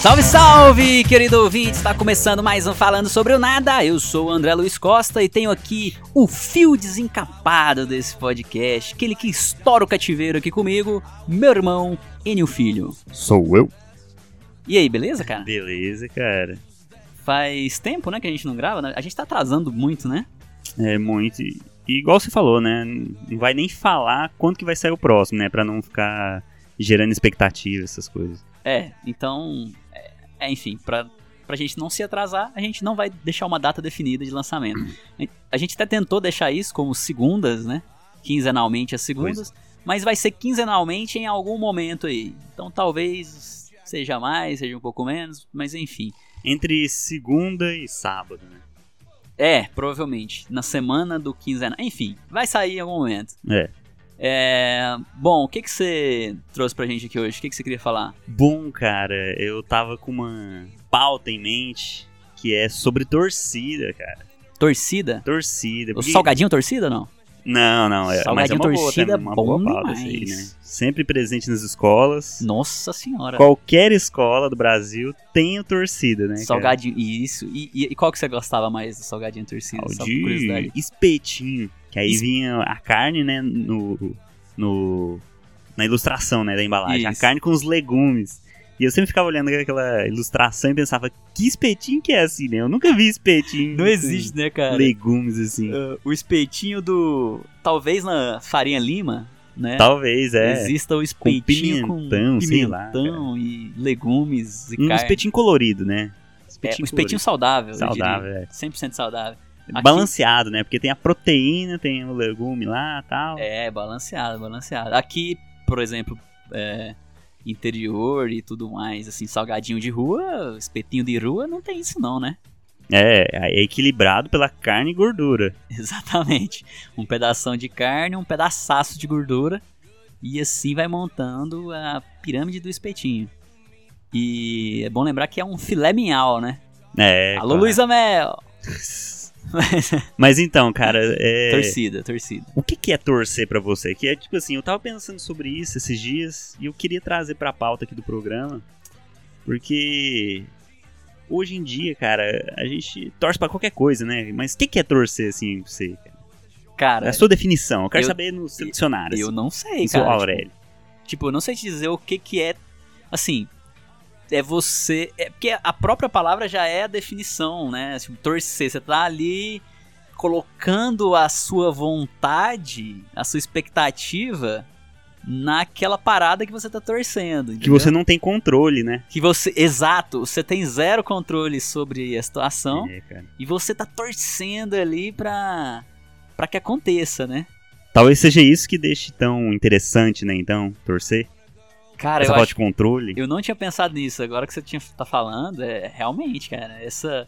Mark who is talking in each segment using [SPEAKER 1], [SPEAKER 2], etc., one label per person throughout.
[SPEAKER 1] Salve, salve, querido ouvinte! Está começando mais um Falando Sobre o Nada. Eu sou o André Luiz Costa e tenho aqui o fio desencapado desse podcast, aquele que estoura o cativeiro aqui comigo, meu irmão Enio Filho.
[SPEAKER 2] Sou eu.
[SPEAKER 1] E aí, beleza, cara?
[SPEAKER 2] Beleza, cara.
[SPEAKER 1] Faz tempo, né, que a gente não grava, né? A gente tá atrasando muito, né?
[SPEAKER 2] É muito. E igual você falou, né? Não vai nem falar quando que vai sair o próximo, né? Pra não ficar gerando expectativa, essas coisas.
[SPEAKER 1] É, então, é, é, enfim, pra, pra gente não se atrasar, a gente não vai deixar uma data definida de lançamento. A gente até tentou deixar isso como segundas, né? Quinzenalmente as segundas, mas vai ser quinzenalmente em algum momento aí. Então talvez seja mais, seja um pouco menos, mas enfim.
[SPEAKER 2] Entre segunda e sábado, né?
[SPEAKER 1] É, provavelmente. Na semana do quinzenal. Enfim, vai sair em algum momento.
[SPEAKER 2] É.
[SPEAKER 1] É, bom, o que, que você trouxe pra gente aqui hoje? O que, que você queria falar?
[SPEAKER 2] Bom, cara, eu tava com uma pauta em mente que é sobre torcida, cara.
[SPEAKER 1] Torcida?
[SPEAKER 2] Torcida.
[SPEAKER 1] O salgadinho torcida não?
[SPEAKER 2] Não, não. É, mas é
[SPEAKER 1] Salgadinho
[SPEAKER 2] uma boa,
[SPEAKER 1] torcida é
[SPEAKER 2] também, uma
[SPEAKER 1] bom
[SPEAKER 2] boa pauta
[SPEAKER 1] demais.
[SPEAKER 2] isso aí, né? Sempre presente nas escolas.
[SPEAKER 1] Nossa senhora.
[SPEAKER 2] Qualquer escola do Brasil tem a torcida, né? cara?
[SPEAKER 1] salgadinho, isso. E, e- e qual que você gostava mais do salgadinho torcida?
[SPEAKER 2] Ah, o
[SPEAKER 1] Só por
[SPEAKER 2] de
[SPEAKER 1] curiosidade.
[SPEAKER 2] espetinho. Que aí
[SPEAKER 1] Es-
[SPEAKER 2] vinha a carne, né, no, no na ilustração, né, da
[SPEAKER 1] Isso.
[SPEAKER 2] embalagem. A carne com os legumes. E eu sempre ficava olhando aquela ilustração e pensava, que espetinho que é assim, né? Eu nunca vi espetinho.
[SPEAKER 1] Não
[SPEAKER 2] com
[SPEAKER 1] existe, né, cara?
[SPEAKER 2] Legumes assim.
[SPEAKER 1] Ah, o espetinho do. Talvez na farinha lima, né?
[SPEAKER 2] Talvez, é.
[SPEAKER 1] Exista o espetinho com
[SPEAKER 2] pimentão, sei lá,
[SPEAKER 1] pimentão e legumes e
[SPEAKER 2] Um
[SPEAKER 1] carne.
[SPEAKER 2] espetinho colorido, né?
[SPEAKER 1] É, um espetinho saudável. eu diria.
[SPEAKER 2] saudável, é.
[SPEAKER 1] 100% saudável. Aqui-
[SPEAKER 2] Balanceado, né? Porque tem a proteína, tem o legume lá tal.
[SPEAKER 1] É, balanceado, balanceado. Aqui, por exemplo, é, interior e tudo mais, assim, salgadinho de rua, espetinho de rua, não tem isso não, né?
[SPEAKER 2] É, é equilibrado pela carne e gordura.
[SPEAKER 1] Exatamente. Um pedação de carne, um pedaçaço de gordura, e assim vai montando a pirâmide do espetinho. E é bom lembrar que é um filé mignon, né?
[SPEAKER 2] É,
[SPEAKER 1] Alô,
[SPEAKER 2] claro.
[SPEAKER 1] Luísa Mel!
[SPEAKER 2] Mas então, cara, é,
[SPEAKER 1] Torcida, torcida.
[SPEAKER 2] o que, que é torcer pra você? Que é tipo assim, eu tava pensando sobre isso esses dias e eu queria trazer pra pauta aqui do programa, porque hoje em dia, cara, a gente torce pra qualquer coisa, né? Mas o que, que é torcer assim pra você? É
[SPEAKER 1] Cara,
[SPEAKER 2] A sua definição, eu quero
[SPEAKER 1] eu-
[SPEAKER 2] saber no seu dicionário.
[SPEAKER 1] eu
[SPEAKER 2] assim,
[SPEAKER 1] não sei,
[SPEAKER 2] no seu
[SPEAKER 1] cara. tipo,
[SPEAKER 2] Aurélio.
[SPEAKER 1] Tipo, eu não sei te dizer o que que é. Assim, é você. É porque a própria palavra já é a definição, né? Tipo, torcer. Você tá ali colocando a sua vontade, a sua expectativa naquela parada que você tá torcendo.
[SPEAKER 2] Que
[SPEAKER 1] entendeu?
[SPEAKER 2] você não tem controle, né?
[SPEAKER 1] Que você. Exato, você tem zero controle sobre a situação
[SPEAKER 2] É, cara.
[SPEAKER 1] e você tá torcendo ali pra. pra que aconteça, né?
[SPEAKER 2] Talvez seja isso que deixe tão interessante, né? Então, torcer.
[SPEAKER 1] Cara,
[SPEAKER 2] Essa
[SPEAKER 1] eu
[SPEAKER 2] falta
[SPEAKER 1] acho
[SPEAKER 2] de controle.
[SPEAKER 1] Eu não tinha pensado nisso, agora que você tinha, tá falando, é realmente, cara, essa,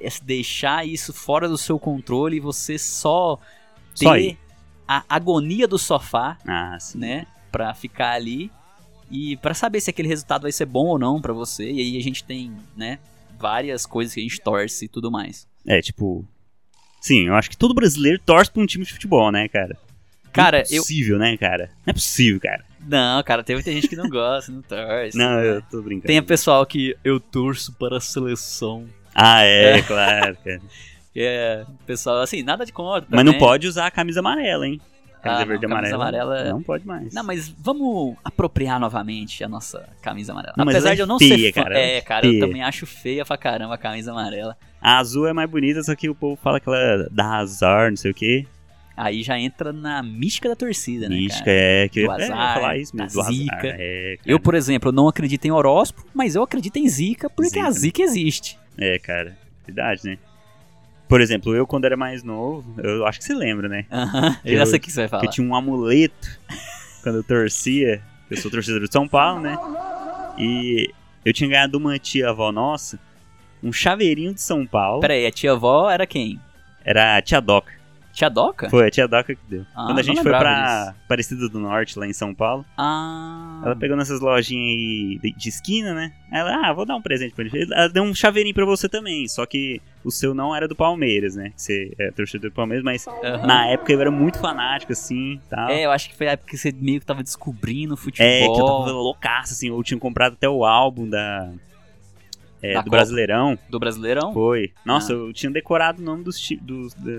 [SPEAKER 1] esse deixar isso fora do seu controle e você só ter
[SPEAKER 2] Só aí.
[SPEAKER 1] a agonia do sofá,
[SPEAKER 2] Ah, sim.
[SPEAKER 1] né, Pra ficar ali e pra saber se aquele resultado vai ser bom ou não pra você. E aí a gente tem, né, várias coisas que a gente torce e tudo mais.
[SPEAKER 2] É, tipo. Sim, eu acho que todo brasileiro torce pra um time de futebol, né, cara?
[SPEAKER 1] Cara,
[SPEAKER 2] Não é possível, né, cara? Não é possível, cara.
[SPEAKER 1] eu não, cara, tem muita gente que não gosta, não torce.
[SPEAKER 2] Não,
[SPEAKER 1] né?
[SPEAKER 2] eu tô brincando.
[SPEAKER 1] Tem a pessoal que eu torço para a seleção.
[SPEAKER 2] Ah, é, claro, cara.
[SPEAKER 1] É, pessoal, assim, nada de conta.
[SPEAKER 2] Mas não
[SPEAKER 1] também.
[SPEAKER 2] pode usar a camisa amarela, hein? Camisa
[SPEAKER 1] Ah, não,
[SPEAKER 2] verde e
[SPEAKER 1] camisa
[SPEAKER 2] amarela.
[SPEAKER 1] amarela- é-
[SPEAKER 2] Não pode mais.
[SPEAKER 1] Não, mas vamos apropriar novamente a nossa camisa amarela.
[SPEAKER 2] Não, mas
[SPEAKER 1] Apesar
[SPEAKER 2] ela é
[SPEAKER 1] de eu não ser
[SPEAKER 2] feia,
[SPEAKER 1] fã,
[SPEAKER 2] cara, ela
[SPEAKER 1] É,
[SPEAKER 2] é
[SPEAKER 1] cara, eu
[SPEAKER 2] feia.
[SPEAKER 1] também acho feia pra caramba a camisa amarela.
[SPEAKER 2] A azul é mais bonita, só que o povo fala que ela dá azar, não sei o quê.
[SPEAKER 1] Aí já entra na mística da torcida, né,
[SPEAKER 2] Mística,
[SPEAKER 1] cara?
[SPEAKER 2] é. Que
[SPEAKER 1] Do
[SPEAKER 2] eu, é, eu ia
[SPEAKER 1] azar,
[SPEAKER 2] falar isso
[SPEAKER 1] da
[SPEAKER 2] mesmo. Do azar.
[SPEAKER 1] zica.
[SPEAKER 2] É, cara.
[SPEAKER 1] Eu, por exemplo, não acredito em horóscopo, mas eu acredito em zica, porque
[SPEAKER 2] Zica,
[SPEAKER 1] a
[SPEAKER 2] né?
[SPEAKER 1] zica existe.
[SPEAKER 2] É, cara. Verdade, né? Por exemplo, eu quando era mais novo, eu acho que você lembra, né?
[SPEAKER 1] Aham, é
[SPEAKER 2] Eu-
[SPEAKER 1] essa aqui você vai
[SPEAKER 2] Que
[SPEAKER 1] falar.
[SPEAKER 2] eu tinha um amuleto quando eu torcia. Eu sou torcedor de São Paulo, né? E eu tinha ganhado de uma tia avó nossa, um chaveirinho de São Paulo.
[SPEAKER 1] Pera aí, a tia vó era quem?
[SPEAKER 2] Era a tia Doca.
[SPEAKER 1] Tia Doca?
[SPEAKER 2] Foi a tia Doca que deu.
[SPEAKER 1] Ah,
[SPEAKER 2] quando a
[SPEAKER 1] não
[SPEAKER 2] gente foi
[SPEAKER 1] lembrava
[SPEAKER 2] pra Aparecida do Norte, lá em São Paulo,
[SPEAKER 1] Ah,
[SPEAKER 2] ela pegou nessas lojinhas aí de, de esquina, né? Aí Ela, ah, vou dar um presente pra ele. Ela deu um chaveirinho pra você também, só que o seu não era do Palmeiras, né? Que Você é torcedor do Palmeiras, mas
[SPEAKER 1] aham.
[SPEAKER 2] na época eu era muito fanático, assim, e tal.
[SPEAKER 1] É, eu acho que foi a época que você meio que tava descobrindo o futebol.
[SPEAKER 2] É, que eu tava loucaço, assim, eu tinha comprado até o álbum da é,
[SPEAKER 1] Da
[SPEAKER 2] do
[SPEAKER 1] Copa.
[SPEAKER 2] Brasileirão.
[SPEAKER 1] do Brasileirão.
[SPEAKER 2] Foi. Nossa,
[SPEAKER 1] Ah.
[SPEAKER 2] eu tinha decorado o nome dos, ti- dos- da,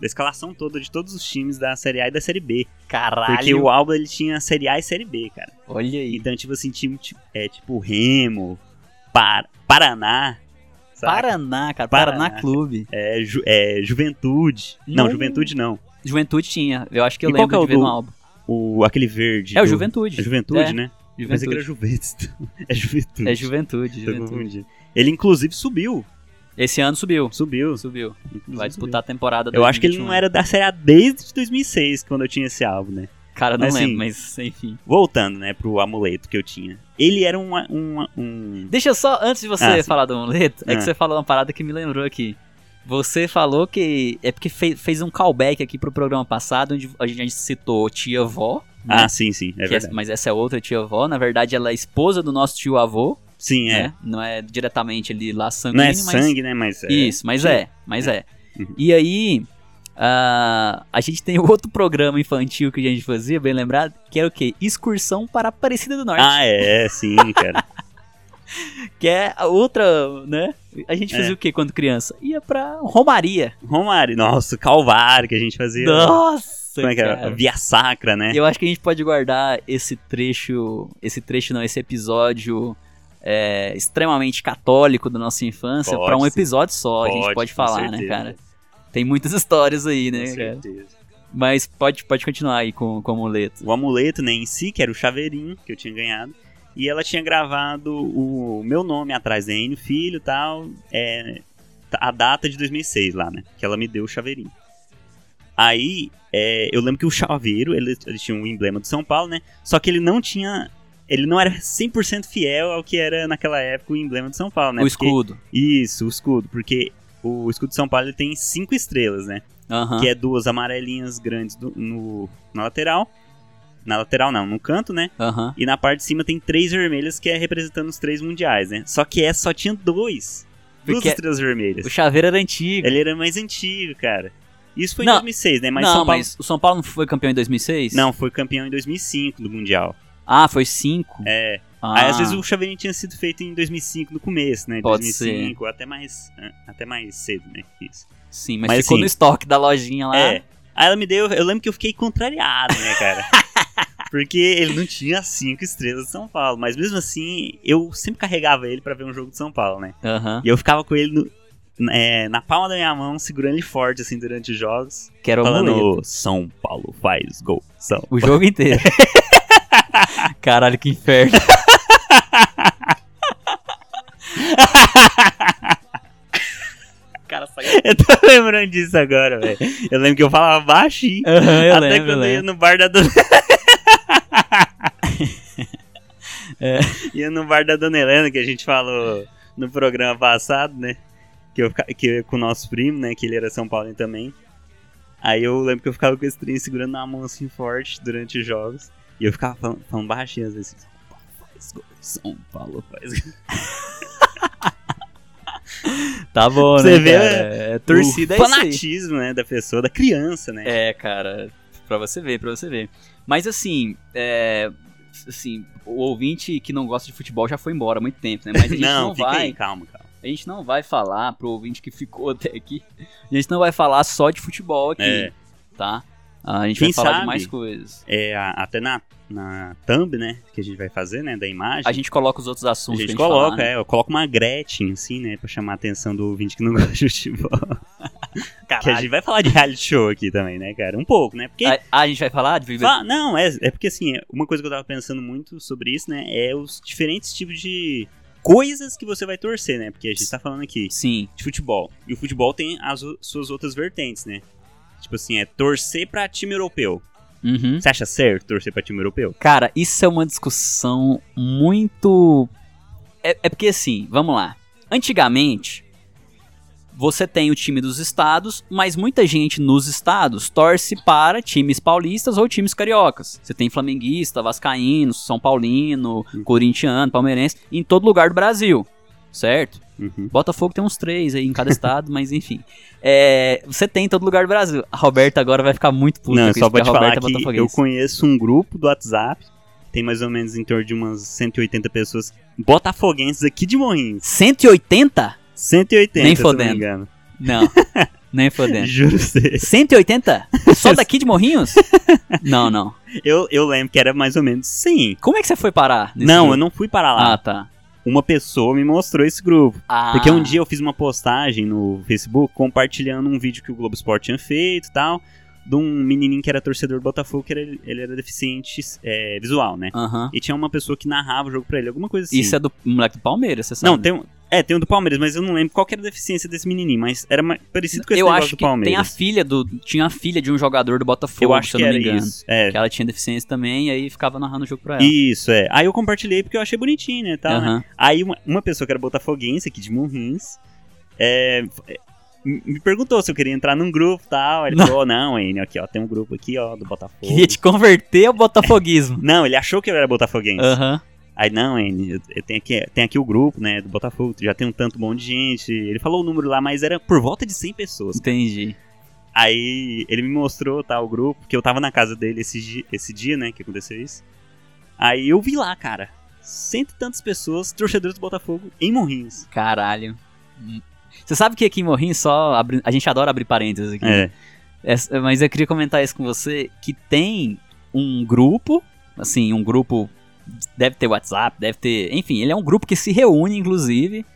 [SPEAKER 2] da escalação toda de todos os times da Série A e da Série B. Porque
[SPEAKER 1] Caralho.
[SPEAKER 2] o Alba ele tinha Série A e Série B, cara.
[SPEAKER 1] Olha aí.
[SPEAKER 2] Então, tipo assim, time ti- é, tipo Remo, Par- Paraná, saca?
[SPEAKER 1] Paraná, cara.
[SPEAKER 2] Paraná,
[SPEAKER 1] Paraná, Clube.
[SPEAKER 2] É, Ju- é, Juventude. Não,
[SPEAKER 1] Não.
[SPEAKER 2] Juventude não.
[SPEAKER 1] Juventude tinha. Eu acho que eu
[SPEAKER 2] E qual
[SPEAKER 1] lembro
[SPEAKER 2] que é o
[SPEAKER 1] de ver
[SPEAKER 2] do-
[SPEAKER 1] no álbum.
[SPEAKER 2] O, aquele verde.
[SPEAKER 1] É o
[SPEAKER 2] do-
[SPEAKER 1] Juventude.
[SPEAKER 2] É Juventude,
[SPEAKER 1] É,
[SPEAKER 2] né? Eu pensei que era
[SPEAKER 1] Juventude.
[SPEAKER 2] Juventus. é Juventude.
[SPEAKER 1] É Juventude,
[SPEAKER 2] Tô
[SPEAKER 1] Juventude.
[SPEAKER 2] confundindo. Ele, inclusive, subiu.
[SPEAKER 1] Esse ano subiu.
[SPEAKER 2] Subiu.
[SPEAKER 1] Subiu.
[SPEAKER 2] inclusive
[SPEAKER 1] Vai
[SPEAKER 2] subiu.
[SPEAKER 1] disputar a temporada
[SPEAKER 2] Eu acho que ele não
[SPEAKER 1] 2021.
[SPEAKER 2] era da Série A desde 2006, quando eu tinha esse álbum, né?
[SPEAKER 1] um. Cara, não
[SPEAKER 2] Mas, assim,
[SPEAKER 1] lembro, mas enfim.
[SPEAKER 2] Voltando, né, pro amuleto que eu tinha. Ele era um... um, um...
[SPEAKER 1] Deixa eu só, antes de você
[SPEAKER 2] Ah, sim.
[SPEAKER 1] falar do amuleto, é
[SPEAKER 2] Ah.
[SPEAKER 1] que você falou uma parada que me lembrou aqui. Você falou que. É porque fez, fez um callback aqui pro programa passado, onde a gente, a gente citou tia vó.
[SPEAKER 2] Ah, sim, sim, é verdade.
[SPEAKER 1] mas essa é outra tia vó. Na verdade, ela é esposa do nosso tio avô,
[SPEAKER 2] Sim, é.
[SPEAKER 1] né? Não é diretamente ali lá sanguíneo,
[SPEAKER 2] Não é
[SPEAKER 1] mas.
[SPEAKER 2] sangue, né, mas... é-
[SPEAKER 1] Isso, mas
[SPEAKER 2] Sim.
[SPEAKER 1] é, mas é.
[SPEAKER 2] Uhum.
[SPEAKER 1] E aí, ah, a gente tem outro programa infantil que a gente fazia, bem lembrado, que era o quê? Excursão para Aparecida do Norte.
[SPEAKER 2] Ah, é, é, sim, cara.
[SPEAKER 1] Que é a outra, né? A gente fazia
[SPEAKER 2] É.
[SPEAKER 1] o quê quando criança? Ia pra Romaria.
[SPEAKER 2] Romário, nossa, Calvário que a gente fazia.
[SPEAKER 1] Nossa,
[SPEAKER 2] Como é que era?
[SPEAKER 1] cara.
[SPEAKER 2] Via Sacra, né?
[SPEAKER 1] Eu acho que a gente pode guardar esse trecho, esse trecho não, esse episódio é, extremamente católico da nossa infância
[SPEAKER 2] Pode,
[SPEAKER 1] pra um
[SPEAKER 2] sim.
[SPEAKER 1] episódio só. a gente pode
[SPEAKER 2] com
[SPEAKER 1] falar, né,
[SPEAKER 2] certeza,
[SPEAKER 1] cara? Tem muitas histórias aí,
[SPEAKER 2] Com
[SPEAKER 1] né, cara?
[SPEAKER 2] certeza.
[SPEAKER 1] Mas pode, pode continuar aí com, com o amuleto.
[SPEAKER 2] o amuleto, né, em si, que era o chaveirinho que eu tinha ganhado. E ela tinha gravado o meu nome atrás, né, Enio Filho e tal, é, a data de 2006 lá, né, que ela me deu o chaveirinho. Aí, é, eu lembro que o chaveiro, ele, ele tinha um emblema do São Paulo, né, só que ele não tinha, ele não era 100% fiel ao que era naquela época o emblema do São Paulo, né.
[SPEAKER 1] o
[SPEAKER 2] porque-
[SPEAKER 1] escudo.
[SPEAKER 2] Isso, o escudo, porque o escudo de São Paulo ele tem cinco estrelas, né
[SPEAKER 1] Aham.
[SPEAKER 2] que é duas amarelinhas grandes do- no, na lateral. Na lateral não, no canto, né?
[SPEAKER 1] Aham.
[SPEAKER 2] E na parte de cima tem três vermelhas, que é representando os três mundiais, né? Só que essa só tinha dois. Duas
[SPEAKER 1] Porque é
[SPEAKER 2] estrelas vermelhas.
[SPEAKER 1] O chaveiro era antigo.
[SPEAKER 2] Ele era mais antigo, cara. Isso foi em
[SPEAKER 1] Não.
[SPEAKER 2] 2006, né? Mas
[SPEAKER 1] não,
[SPEAKER 2] São Paulo...
[SPEAKER 1] mas o São Paulo não foi campeão em 2006?
[SPEAKER 2] Não, foi campeão em 2005 do Mundial.
[SPEAKER 1] Ah, foi 5?
[SPEAKER 2] É.
[SPEAKER 1] Ah,
[SPEAKER 2] Aí, às vezes o chaveirinho tinha sido feito em 2005 no começo, né?
[SPEAKER 1] Pode
[SPEAKER 2] 2005, até mais, é, até mais cedo, né? Isso.
[SPEAKER 1] Sim, mas,
[SPEAKER 2] mas
[SPEAKER 1] ficou
[SPEAKER 2] assim-
[SPEAKER 1] no estoque da lojinha lá.
[SPEAKER 2] É. Aí ela me deu. Eu lembro que eu fiquei contrariado, né, cara? Porque ele não tinha as cinco estrelas de São Paulo. Mas mesmo assim, eu sempre carregava ele pra ver um jogo de São Paulo, né?
[SPEAKER 1] Aham.
[SPEAKER 2] E eu ficava com ele no- é, na palma da minha mão, segurando ele forte, assim, durante os jogos.
[SPEAKER 1] Que era o amuleto.
[SPEAKER 2] Falando, São Paulo faz gol. São.
[SPEAKER 1] O jogo inteiro. Caralho, que inferno. Cara, saiu.
[SPEAKER 2] Eu tô lembrando disso agora, velho. Eu lembro que eu falava baixinho.
[SPEAKER 1] Aham, eu
[SPEAKER 2] até
[SPEAKER 1] lembro, eu
[SPEAKER 2] quando eu ia
[SPEAKER 1] lembro.
[SPEAKER 2] no bar da Dona...
[SPEAKER 1] É.
[SPEAKER 2] Ia no bar da Dona Helena, que a gente falou no programa passado, né? Que eu, fica- que eu ia com o nosso primo, né? Que ele era São Paulo também. Aí eu lembro que eu ficava com esse trem segurando na mão assim forte durante os jogos. E eu ficava falando, falando baixinho às vezes. São Paulo faz gol, São Paulo faz gol.
[SPEAKER 1] Tá bom, né,
[SPEAKER 2] Você vê,
[SPEAKER 1] cara? É,
[SPEAKER 2] o
[SPEAKER 1] torcida é isso aí.
[SPEAKER 2] fanatismo, né? Da pessoa, da criança, né?
[SPEAKER 1] É, cara, pra você ver, pra você ver. Mas assim, é, assim, o ouvinte que não gosta de futebol já foi embora há muito tempo, né? Mas a gente não,
[SPEAKER 2] não, fica
[SPEAKER 1] vai,
[SPEAKER 2] aí, calma, calma.
[SPEAKER 1] a gente não vai falar pro ouvinte que ficou até aqui. A gente não vai falar só de futebol aqui,
[SPEAKER 2] É.
[SPEAKER 1] tá? A gente
[SPEAKER 2] Quem
[SPEAKER 1] vai falar
[SPEAKER 2] sabe?
[SPEAKER 1] de mais coisas.
[SPEAKER 2] É, a- até na, na thumb, né? Que a gente vai fazer, né? Da imagem.
[SPEAKER 1] A gente coloca os outros
[SPEAKER 2] A
[SPEAKER 1] assuntos
[SPEAKER 2] gente
[SPEAKER 1] pra gente
[SPEAKER 2] coloca,
[SPEAKER 1] falar, né?
[SPEAKER 2] é, eu coloco uma Gretchen, assim, né? Pra chamar a atenção do ouvinte que não gosta de futebol. é, Que a gente vai falar de reality show aqui também, né, cara? Um pouco, né? Porque.
[SPEAKER 1] A, a gente vai falar de
[SPEAKER 2] fa- não, é, é porque assim, uma coisa que eu tava pensando muito sobre isso, né? É os diferentes tipos de coisas que você vai torcer, né? Porque a gente tá falando aqui
[SPEAKER 1] Sim,
[SPEAKER 2] de futebol. E o futebol tem as o- suas outras vertentes, né? Tipo assim, é torcer pra time europeu.
[SPEAKER 1] uhum.
[SPEAKER 2] Você acha certo torcer pra time europeu?
[SPEAKER 1] Cara, isso é uma discussão muito. É, é porque assim, vamos lá. Antigamente, você tem o time dos estados, mas muita gente nos estados torce para times paulistas ou times cariocas. Você tem flamenguista, vascaíno, São Paulino,
[SPEAKER 2] Uhum.
[SPEAKER 1] corintiano, palmeirense, em todo lugar do Brasil, certo?
[SPEAKER 2] Uhum.
[SPEAKER 1] Botafogo tem uns três aí em cada estado, mas enfim. É, você tem em todo lugar do Brasil. A Roberta agora vai ficar muito puta
[SPEAKER 2] Não,
[SPEAKER 1] com
[SPEAKER 2] só
[SPEAKER 1] isso,
[SPEAKER 2] pra
[SPEAKER 1] porque
[SPEAKER 2] te
[SPEAKER 1] a
[SPEAKER 2] falar
[SPEAKER 1] Roberta é
[SPEAKER 2] que eu
[SPEAKER 1] botafoguense.
[SPEAKER 2] conheço um grupo do WhatsApp Tem mais ou menos em torno de umas 180 pessoas botafoguenses aqui de Morrinhos.
[SPEAKER 1] 180?
[SPEAKER 2] 180,
[SPEAKER 1] Nem
[SPEAKER 2] se eu não
[SPEAKER 1] fodendo. É.
[SPEAKER 2] me engano.
[SPEAKER 1] Não, nem fodendo.
[SPEAKER 2] Juro pra você.
[SPEAKER 1] 180? Só daqui de Morrinhos? Não, não.
[SPEAKER 2] Eu, eu lembro que era mais ou menos 100.
[SPEAKER 1] Como é que você foi parar? nesse
[SPEAKER 2] Não,
[SPEAKER 1] grupo?
[SPEAKER 2] eu não fui para lá.
[SPEAKER 1] Ah, tá.
[SPEAKER 2] Uma pessoa me mostrou esse grupo.
[SPEAKER 1] Ah,
[SPEAKER 2] Porque um dia eu fiz uma postagem no Facebook compartilhando um vídeo que o Globo Esporte tinha feito e tal, de um menininho que era torcedor do Botafogo, que era, ele era deficiente é, visual, né?
[SPEAKER 1] Aham.
[SPEAKER 2] E tinha uma pessoa que narrava o jogo pra ele, alguma coisa assim.
[SPEAKER 1] Isso é do moleque do Palmeiras, você sabe?
[SPEAKER 2] Não, tem um. É, tem um do Palmeiras, mas eu não lembro qual que era a deficiência desse menininho, mas era mais parecido com esse
[SPEAKER 1] eu
[SPEAKER 2] negócio
[SPEAKER 1] acho que
[SPEAKER 2] do
[SPEAKER 1] tem a
[SPEAKER 2] Palmeiras.
[SPEAKER 1] filha do. Tinha a filha de um jogador do Botafogo,
[SPEAKER 2] eu acho
[SPEAKER 1] se eu
[SPEAKER 2] que
[SPEAKER 1] não
[SPEAKER 2] era
[SPEAKER 1] me engano.
[SPEAKER 2] isso. É,
[SPEAKER 1] Que ela tinha deficiência também, e aí ficava narrando o jogo pra ela.
[SPEAKER 2] isso, é. Aí eu compartilhei porque eu achei bonitinho, né, tal, né?
[SPEAKER 1] Aham.
[SPEAKER 2] Aí uma, uma pessoa que era botafoguense aqui de Morrins é, é, me me perguntou se eu queria entrar num grupo e tal. Ele
[SPEAKER 1] Não.
[SPEAKER 2] falou, não, Enio, aqui ó, tem um grupo aqui ó, do Botafogo.
[SPEAKER 1] Queria te converter ao botafoguismo.
[SPEAKER 2] Não, ele achou que eu era botafoguense.
[SPEAKER 1] Aham.
[SPEAKER 2] Aí, não, Enio, eu, eu tenho, aqui, tem aqui o grupo, né, do Botafogo, já tem um tanto bom de gente. Ele falou o número lá, mas era por volta de 100 pessoas.
[SPEAKER 1] Entendi.
[SPEAKER 2] Aí ele me mostrou tá, o grupo, que eu tava na casa dele esse, di- esse dia, né, que aconteceu isso. Aí eu vi lá, cara, cento e tantas pessoas, torcedores do Botafogo, em Morrinhos.
[SPEAKER 1] Caralho. Hum. Você sabe que aqui em Morrinhos só. abre- A gente adora abrir parênteses aqui. né?
[SPEAKER 2] É,
[SPEAKER 1] Essa- mas eu queria comentar isso com você, que tem um grupo, assim, um grupo deve ter WhatsApp, deve ter, enfim, ele é um grupo que se reúne inclusive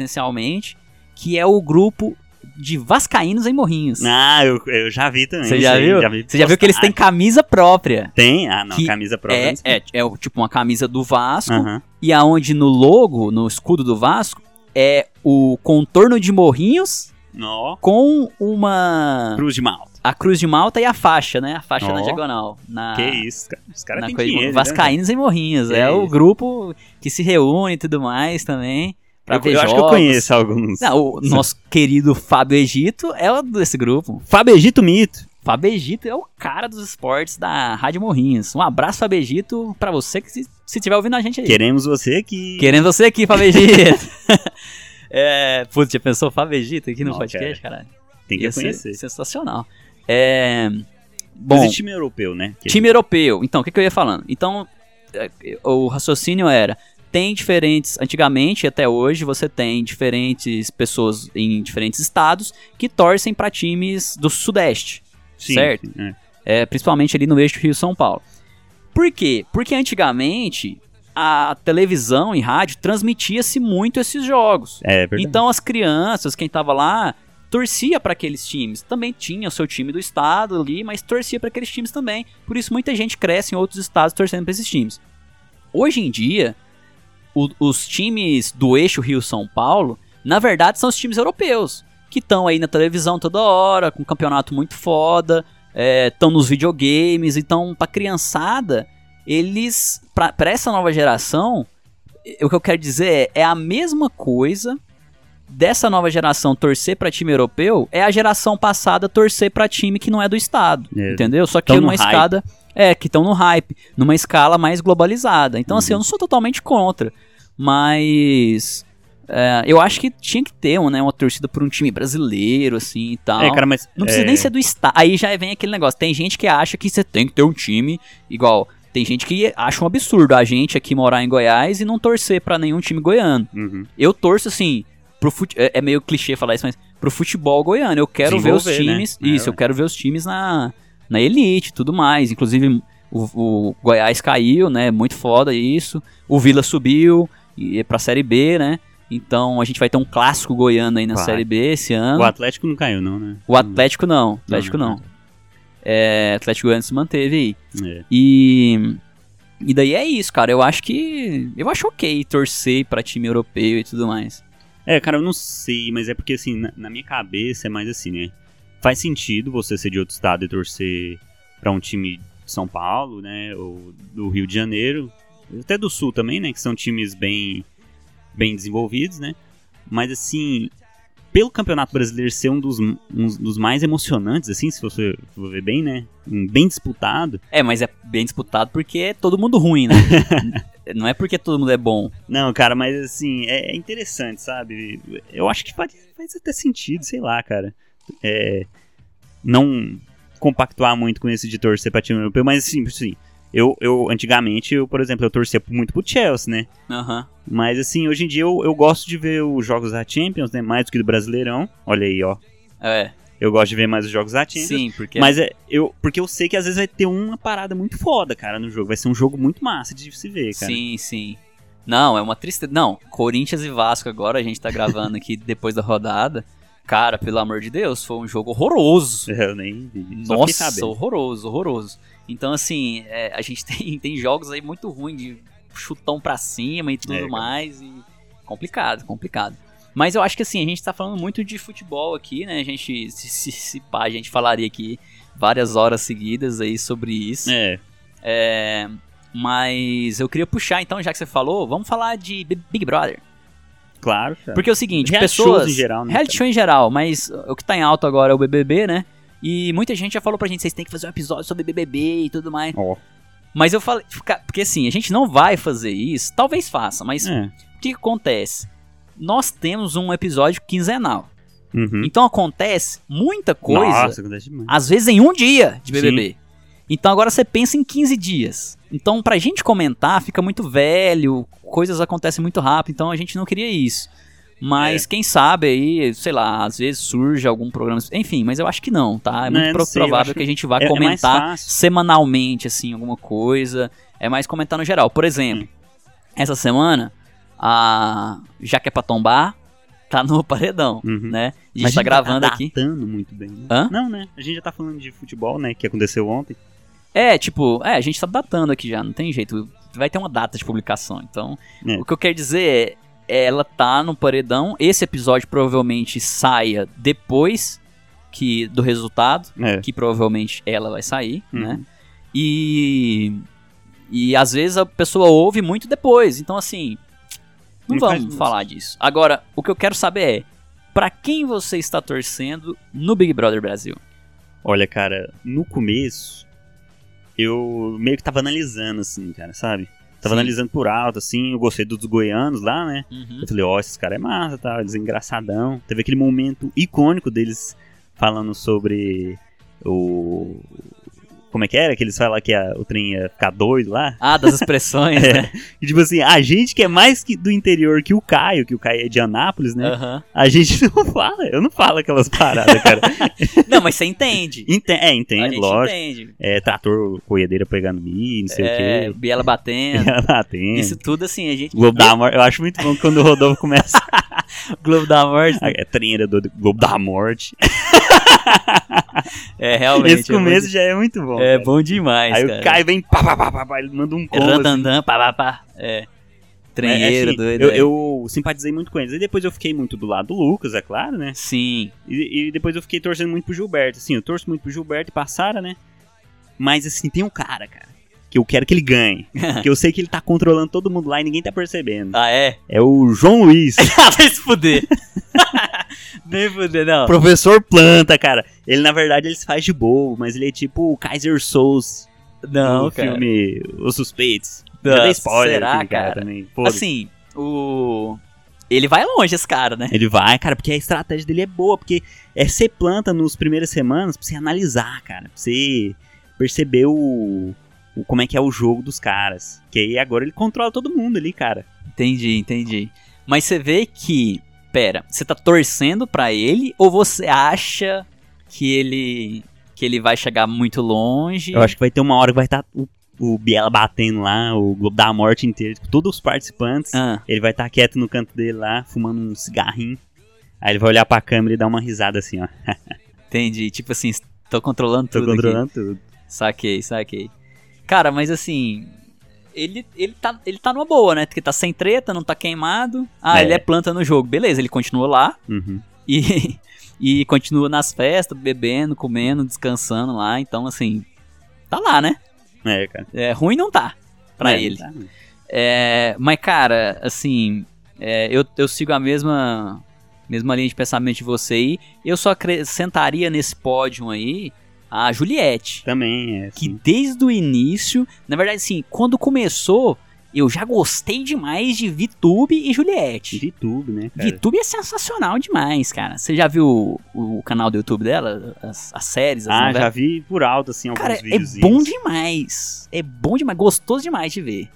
[SPEAKER 1] presencialmente, que é o grupo de vascaínos em Morrinhos.
[SPEAKER 2] Ah, eu, eu já vi também.
[SPEAKER 1] Você
[SPEAKER 2] isso
[SPEAKER 1] já
[SPEAKER 2] aí,
[SPEAKER 1] viu?
[SPEAKER 2] vi
[SPEAKER 1] Você já viu que eles têm
[SPEAKER 2] postagem.
[SPEAKER 1] camisa própria?
[SPEAKER 2] Tem? Ah, não,
[SPEAKER 1] que
[SPEAKER 2] camisa própria.
[SPEAKER 1] É,
[SPEAKER 2] não sei.
[SPEAKER 1] é, é o- tipo uma camisa do Vasco
[SPEAKER 2] Aham.
[SPEAKER 1] e aonde no logo, no escudo do Vasco, é o contorno de Morrinhos
[SPEAKER 2] Nó,
[SPEAKER 1] com uma
[SPEAKER 2] Cruz de Malta.
[SPEAKER 1] a cruz de Malta e a faixa, né? A faixa na
[SPEAKER 2] Ó.
[SPEAKER 1] diagonal. Na,
[SPEAKER 2] Que isso, cara. Os caras
[SPEAKER 1] na
[SPEAKER 2] têm
[SPEAKER 1] Ah. coisa
[SPEAKER 2] dinheiro. né,
[SPEAKER 1] Vascaínos e Morrinhos.
[SPEAKER 2] Que
[SPEAKER 1] É, o
[SPEAKER 2] isso.
[SPEAKER 1] grupo que se reúne e tudo mais também. Pra
[SPEAKER 2] velho?
[SPEAKER 1] ver
[SPEAKER 2] eu, eu acho que eu
[SPEAKER 1] jogos.
[SPEAKER 2] conheço alguns.
[SPEAKER 1] Não, o nosso querido Fábio Egito é o desse grupo.
[SPEAKER 2] Fábio Egito Mito.
[SPEAKER 1] Fábio Egito é o cara dos esportes da Rádio Morrinhos. Um abraço, Fábio Egito, pra você que se estiver ouvindo a gente aí.
[SPEAKER 2] Queremos você aqui.
[SPEAKER 1] Querendo você aqui, Fábio Egito. é, putz, já pensou Fábio Egito aqui no
[SPEAKER 2] Não,
[SPEAKER 1] podcast, caralho?
[SPEAKER 2] Tem que
[SPEAKER 1] Ia ser
[SPEAKER 2] conhecer.
[SPEAKER 1] Sensacional. É,
[SPEAKER 2] Mas
[SPEAKER 1] bom,
[SPEAKER 2] é time europeu, né? Que-
[SPEAKER 1] Time europeu. Então, o que, que eu ia falando? Então, eh, o raciocínio era: tem diferentes. Antigamente e até hoje, você tem diferentes pessoas em diferentes estados que torcem pra times do Sudeste.
[SPEAKER 2] Sim,
[SPEAKER 1] certo.
[SPEAKER 2] sim, é.
[SPEAKER 1] eh, principalmente ali no eixo Rio-São Paulo. Por quê? Porque antigamente a televisão e rádio transmitia-se muito esses jogos.
[SPEAKER 2] É verdade.
[SPEAKER 1] Então as crianças, quem tava lá, torcia para aqueles times. Também tinha o seu time do estado ali, mas torcia para aqueles times também. Por isso muita gente cresce em outros estados torcendo para esses times. Hoje em dia, o- os times do eixo Rio-São Paulo, na verdade, são os times europeus, que estão aí na televisão toda hora, com um campeonato muito foda, estão nos videogames, então pra criançada, eles, pra, pra essa nova geração, eh, o que eu quero dizer é, é a mesma coisa dessa nova geração torcer pra time europeu, é a geração passada torcer pra time que não é do estado,
[SPEAKER 2] É,
[SPEAKER 1] entendeu? Só que
[SPEAKER 2] tão no
[SPEAKER 1] numa
[SPEAKER 2] hype.
[SPEAKER 1] escada, é, que estão no hype, numa escala mais globalizada. Então assim,
[SPEAKER 2] Uhum.
[SPEAKER 1] eu não sou totalmente contra, mas... eh, eu acho que tinha que ter um, né, uma torcida por um time brasileiro, assim, e tal.
[SPEAKER 2] É, cara, mas.
[SPEAKER 1] Não precisa
[SPEAKER 2] é,
[SPEAKER 1] nem ser do estado. Aí já vem aquele negócio. Tem gente que acha que você tem que ter um time igual. Tem gente que acha um absurdo a gente aqui morar em Goiás e não torcer pra nenhum time goiano.
[SPEAKER 2] Uhum.
[SPEAKER 1] Eu torço assim pro fute... é é meio clichê falar isso, mas pro futebol goiano. Eu quero ver os
[SPEAKER 2] Desenvolver, né?
[SPEAKER 1] times.
[SPEAKER 2] É,
[SPEAKER 1] Isso, eu
[SPEAKER 2] ué.
[SPEAKER 1] quero ver os times na na elite, e tudo mais. Inclusive o, o Goiás caiu, né? Muito foda isso. O Vila subiu e é pra série B, né? Então a gente vai ter um clássico goiano aí na
[SPEAKER 2] Vai.
[SPEAKER 1] série B esse ano.
[SPEAKER 2] O Atlético não caiu, não, né?
[SPEAKER 1] O Atlético não, o Atlético
[SPEAKER 2] Não,
[SPEAKER 1] não. É, Atlético Goianiense se manteve aí.
[SPEAKER 2] É.
[SPEAKER 1] E e daí é isso, cara. Eu acho que eu acho OK torcer pra time europeu e tudo mais.
[SPEAKER 2] É, cara, eu não sei, mas é porque, assim, na, na minha cabeça é mais assim, né? Faz sentido você ser de outro estado e torcer pra um time de São Paulo, né? Ou do Rio de Janeiro, até do Sul também, né? Que são times bem, bem desenvolvidos, né? Mas, assim, pelo Campeonato Brasileiro ser um dos, um dos mais emocionantes, assim, se você for ver bem, né? Um bem disputado.
[SPEAKER 1] É, mas é bem disputado porque é todo mundo ruim, né? Não é porque todo mundo é bom.
[SPEAKER 2] Não, cara, mas, assim, é, é interessante, sabe? Eu acho que faz, faz até sentido, sei lá, cara. é, não compactuar muito com esse de torcer pra time europeu, mas assim, assim, Eu, eu, antigamente, eu, por exemplo, eu torcia muito pro Chelsea, né?
[SPEAKER 1] Aham.
[SPEAKER 2] Mas assim, hoje em dia eu, eu gosto de ver os jogos da Champions, né? Mais do que do Brasileirão. Olha aí, ó.
[SPEAKER 1] É,
[SPEAKER 2] Eu gosto de ver mais os jogos da Champions.
[SPEAKER 1] sim, porque...
[SPEAKER 2] Mas é, eu, porque eu sei que às vezes vai ter uma parada muito foda, cara, no jogo. Vai ser um jogo muito massa de se ver, cara.
[SPEAKER 1] Sim, sim. Não, é uma tristeza. Não, Corinthians e Vasco agora, a gente tá gravando aqui depois da rodada. Cara, pelo amor de Deus, foi um jogo horroroso.
[SPEAKER 2] Eu nem vi. Só fiquei
[SPEAKER 1] Nossa,
[SPEAKER 2] sabendo.
[SPEAKER 1] horroroso, horroroso. Então, assim, é, a gente tem, tem jogos aí muito ruins de chutão pra cima e tudo
[SPEAKER 2] É, cara.
[SPEAKER 1] mais. E complicado, complicado. Mas eu acho que assim, a gente tá falando muito de futebol aqui, né? A gente, se, se, se pá, a gente falaria aqui várias horas seguidas aí sobre isso.
[SPEAKER 2] É,
[SPEAKER 1] É, mas eu queria puxar, então, já que você falou, vamos falar de Bi- Big Brother.
[SPEAKER 2] claro, cara.
[SPEAKER 1] Porque é o seguinte,
[SPEAKER 2] Tá. Reality shows
[SPEAKER 1] pessoas.
[SPEAKER 2] em geral, né?
[SPEAKER 1] reality show em geral, mas o que tá em alta agora é o BBB, né? E muita gente já falou pra gente, vocês têm que fazer um episódio sobre BBB e tudo mais.
[SPEAKER 2] Ó.
[SPEAKER 1] Mas eu falei, fica- porque assim, a gente não vai fazer isso, talvez faça, mas
[SPEAKER 2] É.
[SPEAKER 1] o que que acontece? Nós temos um episódio quinzenal.
[SPEAKER 2] Uhum.
[SPEAKER 1] Então acontece muita coisa
[SPEAKER 2] Nossa, acontece demais.
[SPEAKER 1] às vezes em um dia de BBB. Então agora você pensa em 15 dias. Então pra gente comentar fica muito velho, coisas acontecem muito rápido, então a gente não queria isso. Mas
[SPEAKER 2] É.
[SPEAKER 1] quem sabe aí, sei lá, às vezes surge algum programa, enfim, mas eu acho que não, tá? É muito
[SPEAKER 2] Né, não
[SPEAKER 1] pro-
[SPEAKER 2] sei, eu
[SPEAKER 1] provável
[SPEAKER 2] acho
[SPEAKER 1] que a gente vá
[SPEAKER 2] É- é mais
[SPEAKER 1] comentar
[SPEAKER 2] fácil.
[SPEAKER 1] semanalmente assim alguma coisa, é mais comentar no geral. Por exemplo,
[SPEAKER 2] Hum.
[SPEAKER 1] essa semana a já que é pra tombar, tá no paredão,
[SPEAKER 2] Uhum.
[SPEAKER 1] né? A gente
[SPEAKER 2] Mas
[SPEAKER 1] tá gravando
[SPEAKER 2] tá
[SPEAKER 1] aqui.
[SPEAKER 2] datando muito bem, né?
[SPEAKER 1] Hã?
[SPEAKER 2] Não, né? A gente já tá falando de futebol, né? Que aconteceu ontem.
[SPEAKER 1] É, tipo, é, a gente tá datando aqui já, não tem jeito. Vai ter uma data de publicação, então.
[SPEAKER 2] É.
[SPEAKER 1] O que eu quero dizer é, ela tá no paredão. Esse episódio provavelmente saia depois que do resultado,
[SPEAKER 2] É.
[SPEAKER 1] que provavelmente ela vai sair,
[SPEAKER 2] Uhum.
[SPEAKER 1] né? E e às vezes a pessoa ouve muito depois, então assim, não
[SPEAKER 2] Não faz
[SPEAKER 1] vamos
[SPEAKER 2] muito.
[SPEAKER 1] falar disso. Agora, o que eu quero saber é pra quem você está torcendo no Big Brother Brasil?
[SPEAKER 2] Olha, cara, no começo, eu meio que tava analisando, assim, cara, sabe? Tava
[SPEAKER 1] Sim.
[SPEAKER 2] analisando por alto, assim, eu gostei dos goianos lá, né?
[SPEAKER 1] Uhum.
[SPEAKER 2] Eu falei, ó, esses caras é massa, tá? Eles é engraçadão. Teve aquele momento icônico deles falando sobre o... Como é que era? Que eles falam que a- o trem ia ficar doido lá.
[SPEAKER 1] Ah, das expressões,
[SPEAKER 2] É.
[SPEAKER 1] né?
[SPEAKER 2] E tipo assim, a gente que é mais que do interior que o Caio, que o Caio é de Anápolis, né?
[SPEAKER 1] Aham.
[SPEAKER 2] A gente não fala, eu não falo aquelas paradas, cara.
[SPEAKER 1] Não, mas você entende.
[SPEAKER 2] Ente- é,
[SPEAKER 1] a
[SPEAKER 2] entendo,
[SPEAKER 1] gente
[SPEAKER 2] lógico.
[SPEAKER 1] entende.
[SPEAKER 2] É, trator, coiadeira pegando milho, não sei
[SPEAKER 1] É,
[SPEAKER 2] o quê.
[SPEAKER 1] Biela batendo.
[SPEAKER 2] Ela tem.
[SPEAKER 1] Isso tudo assim, a gente.
[SPEAKER 2] Globo da Morte. Eu acho muito bom quando o Rodolfo começa.
[SPEAKER 1] Globo da Morte.
[SPEAKER 2] a- É trinheira do Globo da Morte.
[SPEAKER 1] É, realmente.
[SPEAKER 2] Esse começo já é muito bom.
[SPEAKER 1] é bom, de- é
[SPEAKER 2] cara.
[SPEAKER 1] bom demais.
[SPEAKER 2] Aí
[SPEAKER 1] cara.
[SPEAKER 2] o Caio vem, pá, pá, pá, pá, pá, ele manda um
[SPEAKER 1] É
[SPEAKER 2] combo. assim.
[SPEAKER 1] randandan, pá, pá, pá. É. Trenheiro,
[SPEAKER 2] É, assim,
[SPEAKER 1] doido.
[SPEAKER 2] Eu,
[SPEAKER 1] é.
[SPEAKER 2] eu simpatizei muito com eles. E depois eu fiquei muito do lado do Lucas, é claro, né?
[SPEAKER 1] Sim.
[SPEAKER 2] E, e depois eu fiquei torcendo muito pro Gilberto. Assim, eu torço muito pro Gilberto e pra Sara, né? Mas assim, tem um cara, cara, que eu quero que ele ganhe. que eu sei que ele tá controlando todo mundo lá e ninguém tá percebendo.
[SPEAKER 1] Ah, é? Ah,
[SPEAKER 2] É o João Luiz.
[SPEAKER 1] Vai se fuder. Nem fuder, não.
[SPEAKER 2] Professor Planta, cara. Ele, na verdade, ele se faz de bobo, mas ele é tipo o Kaiser Souls
[SPEAKER 1] Não,
[SPEAKER 2] do
[SPEAKER 1] cara.
[SPEAKER 2] filme Os Suspeitos.
[SPEAKER 1] Não,
[SPEAKER 2] Já dei spoiler
[SPEAKER 1] será,
[SPEAKER 2] daquele
[SPEAKER 1] cara?
[SPEAKER 2] também. Pô,
[SPEAKER 1] Assim, o. Ele vai longe, esse cara, né?
[SPEAKER 2] Ele vai, cara, porque a estratégia dele é boa, porque é ser planta nos primeiras semanas pra você analisar, cara, pra você perceber o, o- como é que é o jogo dos caras. Que aí agora ele controla todo mundo ali, cara.
[SPEAKER 1] Entendi, entendi. Mas você vê que, pera, você tá torcendo pra ele ou você acha que ele que ele vai chegar muito longe?
[SPEAKER 2] Eu acho que vai ter uma hora que vai estar o, o Biela batendo lá, o Globo da Morte inteiro, com todos os participantes.
[SPEAKER 1] Ah,
[SPEAKER 2] Ele vai estar quieto no canto dele lá, fumando um cigarrinho. Aí ele vai olhar pra câmera e dar uma risada assim, ó.
[SPEAKER 1] entendi. Tipo assim, tô controlando
[SPEAKER 2] Tô
[SPEAKER 1] tudo
[SPEAKER 2] controlando tudo.
[SPEAKER 1] aqui. Saquei, saquei. Cara, mas assim, ele, ele, tá, ele tá numa boa, né? Porque tá sem treta, não tá queimado. Ah,
[SPEAKER 2] É.
[SPEAKER 1] ele é planta no jogo. Beleza, ele continua lá
[SPEAKER 2] Uhum.
[SPEAKER 1] e, e continua nas festas, bebendo, comendo, descansando lá. Então, assim, tá lá, né?
[SPEAKER 2] É, cara.
[SPEAKER 1] É, ruim não tá pra
[SPEAKER 2] É,
[SPEAKER 1] ele.
[SPEAKER 2] tá.
[SPEAKER 1] É, mas, cara, assim, é, eu, eu sigo a mesma, mesma linha de pensamento de você aí. Eu só acrescentaria nesse pódio aí a Juliette,
[SPEAKER 2] Também é.
[SPEAKER 1] que
[SPEAKER 2] Assim.
[SPEAKER 1] desde o início, na verdade, assim, quando começou, Eu já gostei demais de VTube e Juliette.
[SPEAKER 2] VTube, né, cara?
[SPEAKER 1] VTube é sensacional demais, cara. Você já viu o, o canal do YouTube dela? As, as séries, as
[SPEAKER 2] ah,
[SPEAKER 1] novelas?
[SPEAKER 2] já vi por alto, assim, alguns
[SPEAKER 1] né, Cara, é
[SPEAKER 2] vídeos.
[SPEAKER 1] bom demais. É bom demais, gostoso demais de ver.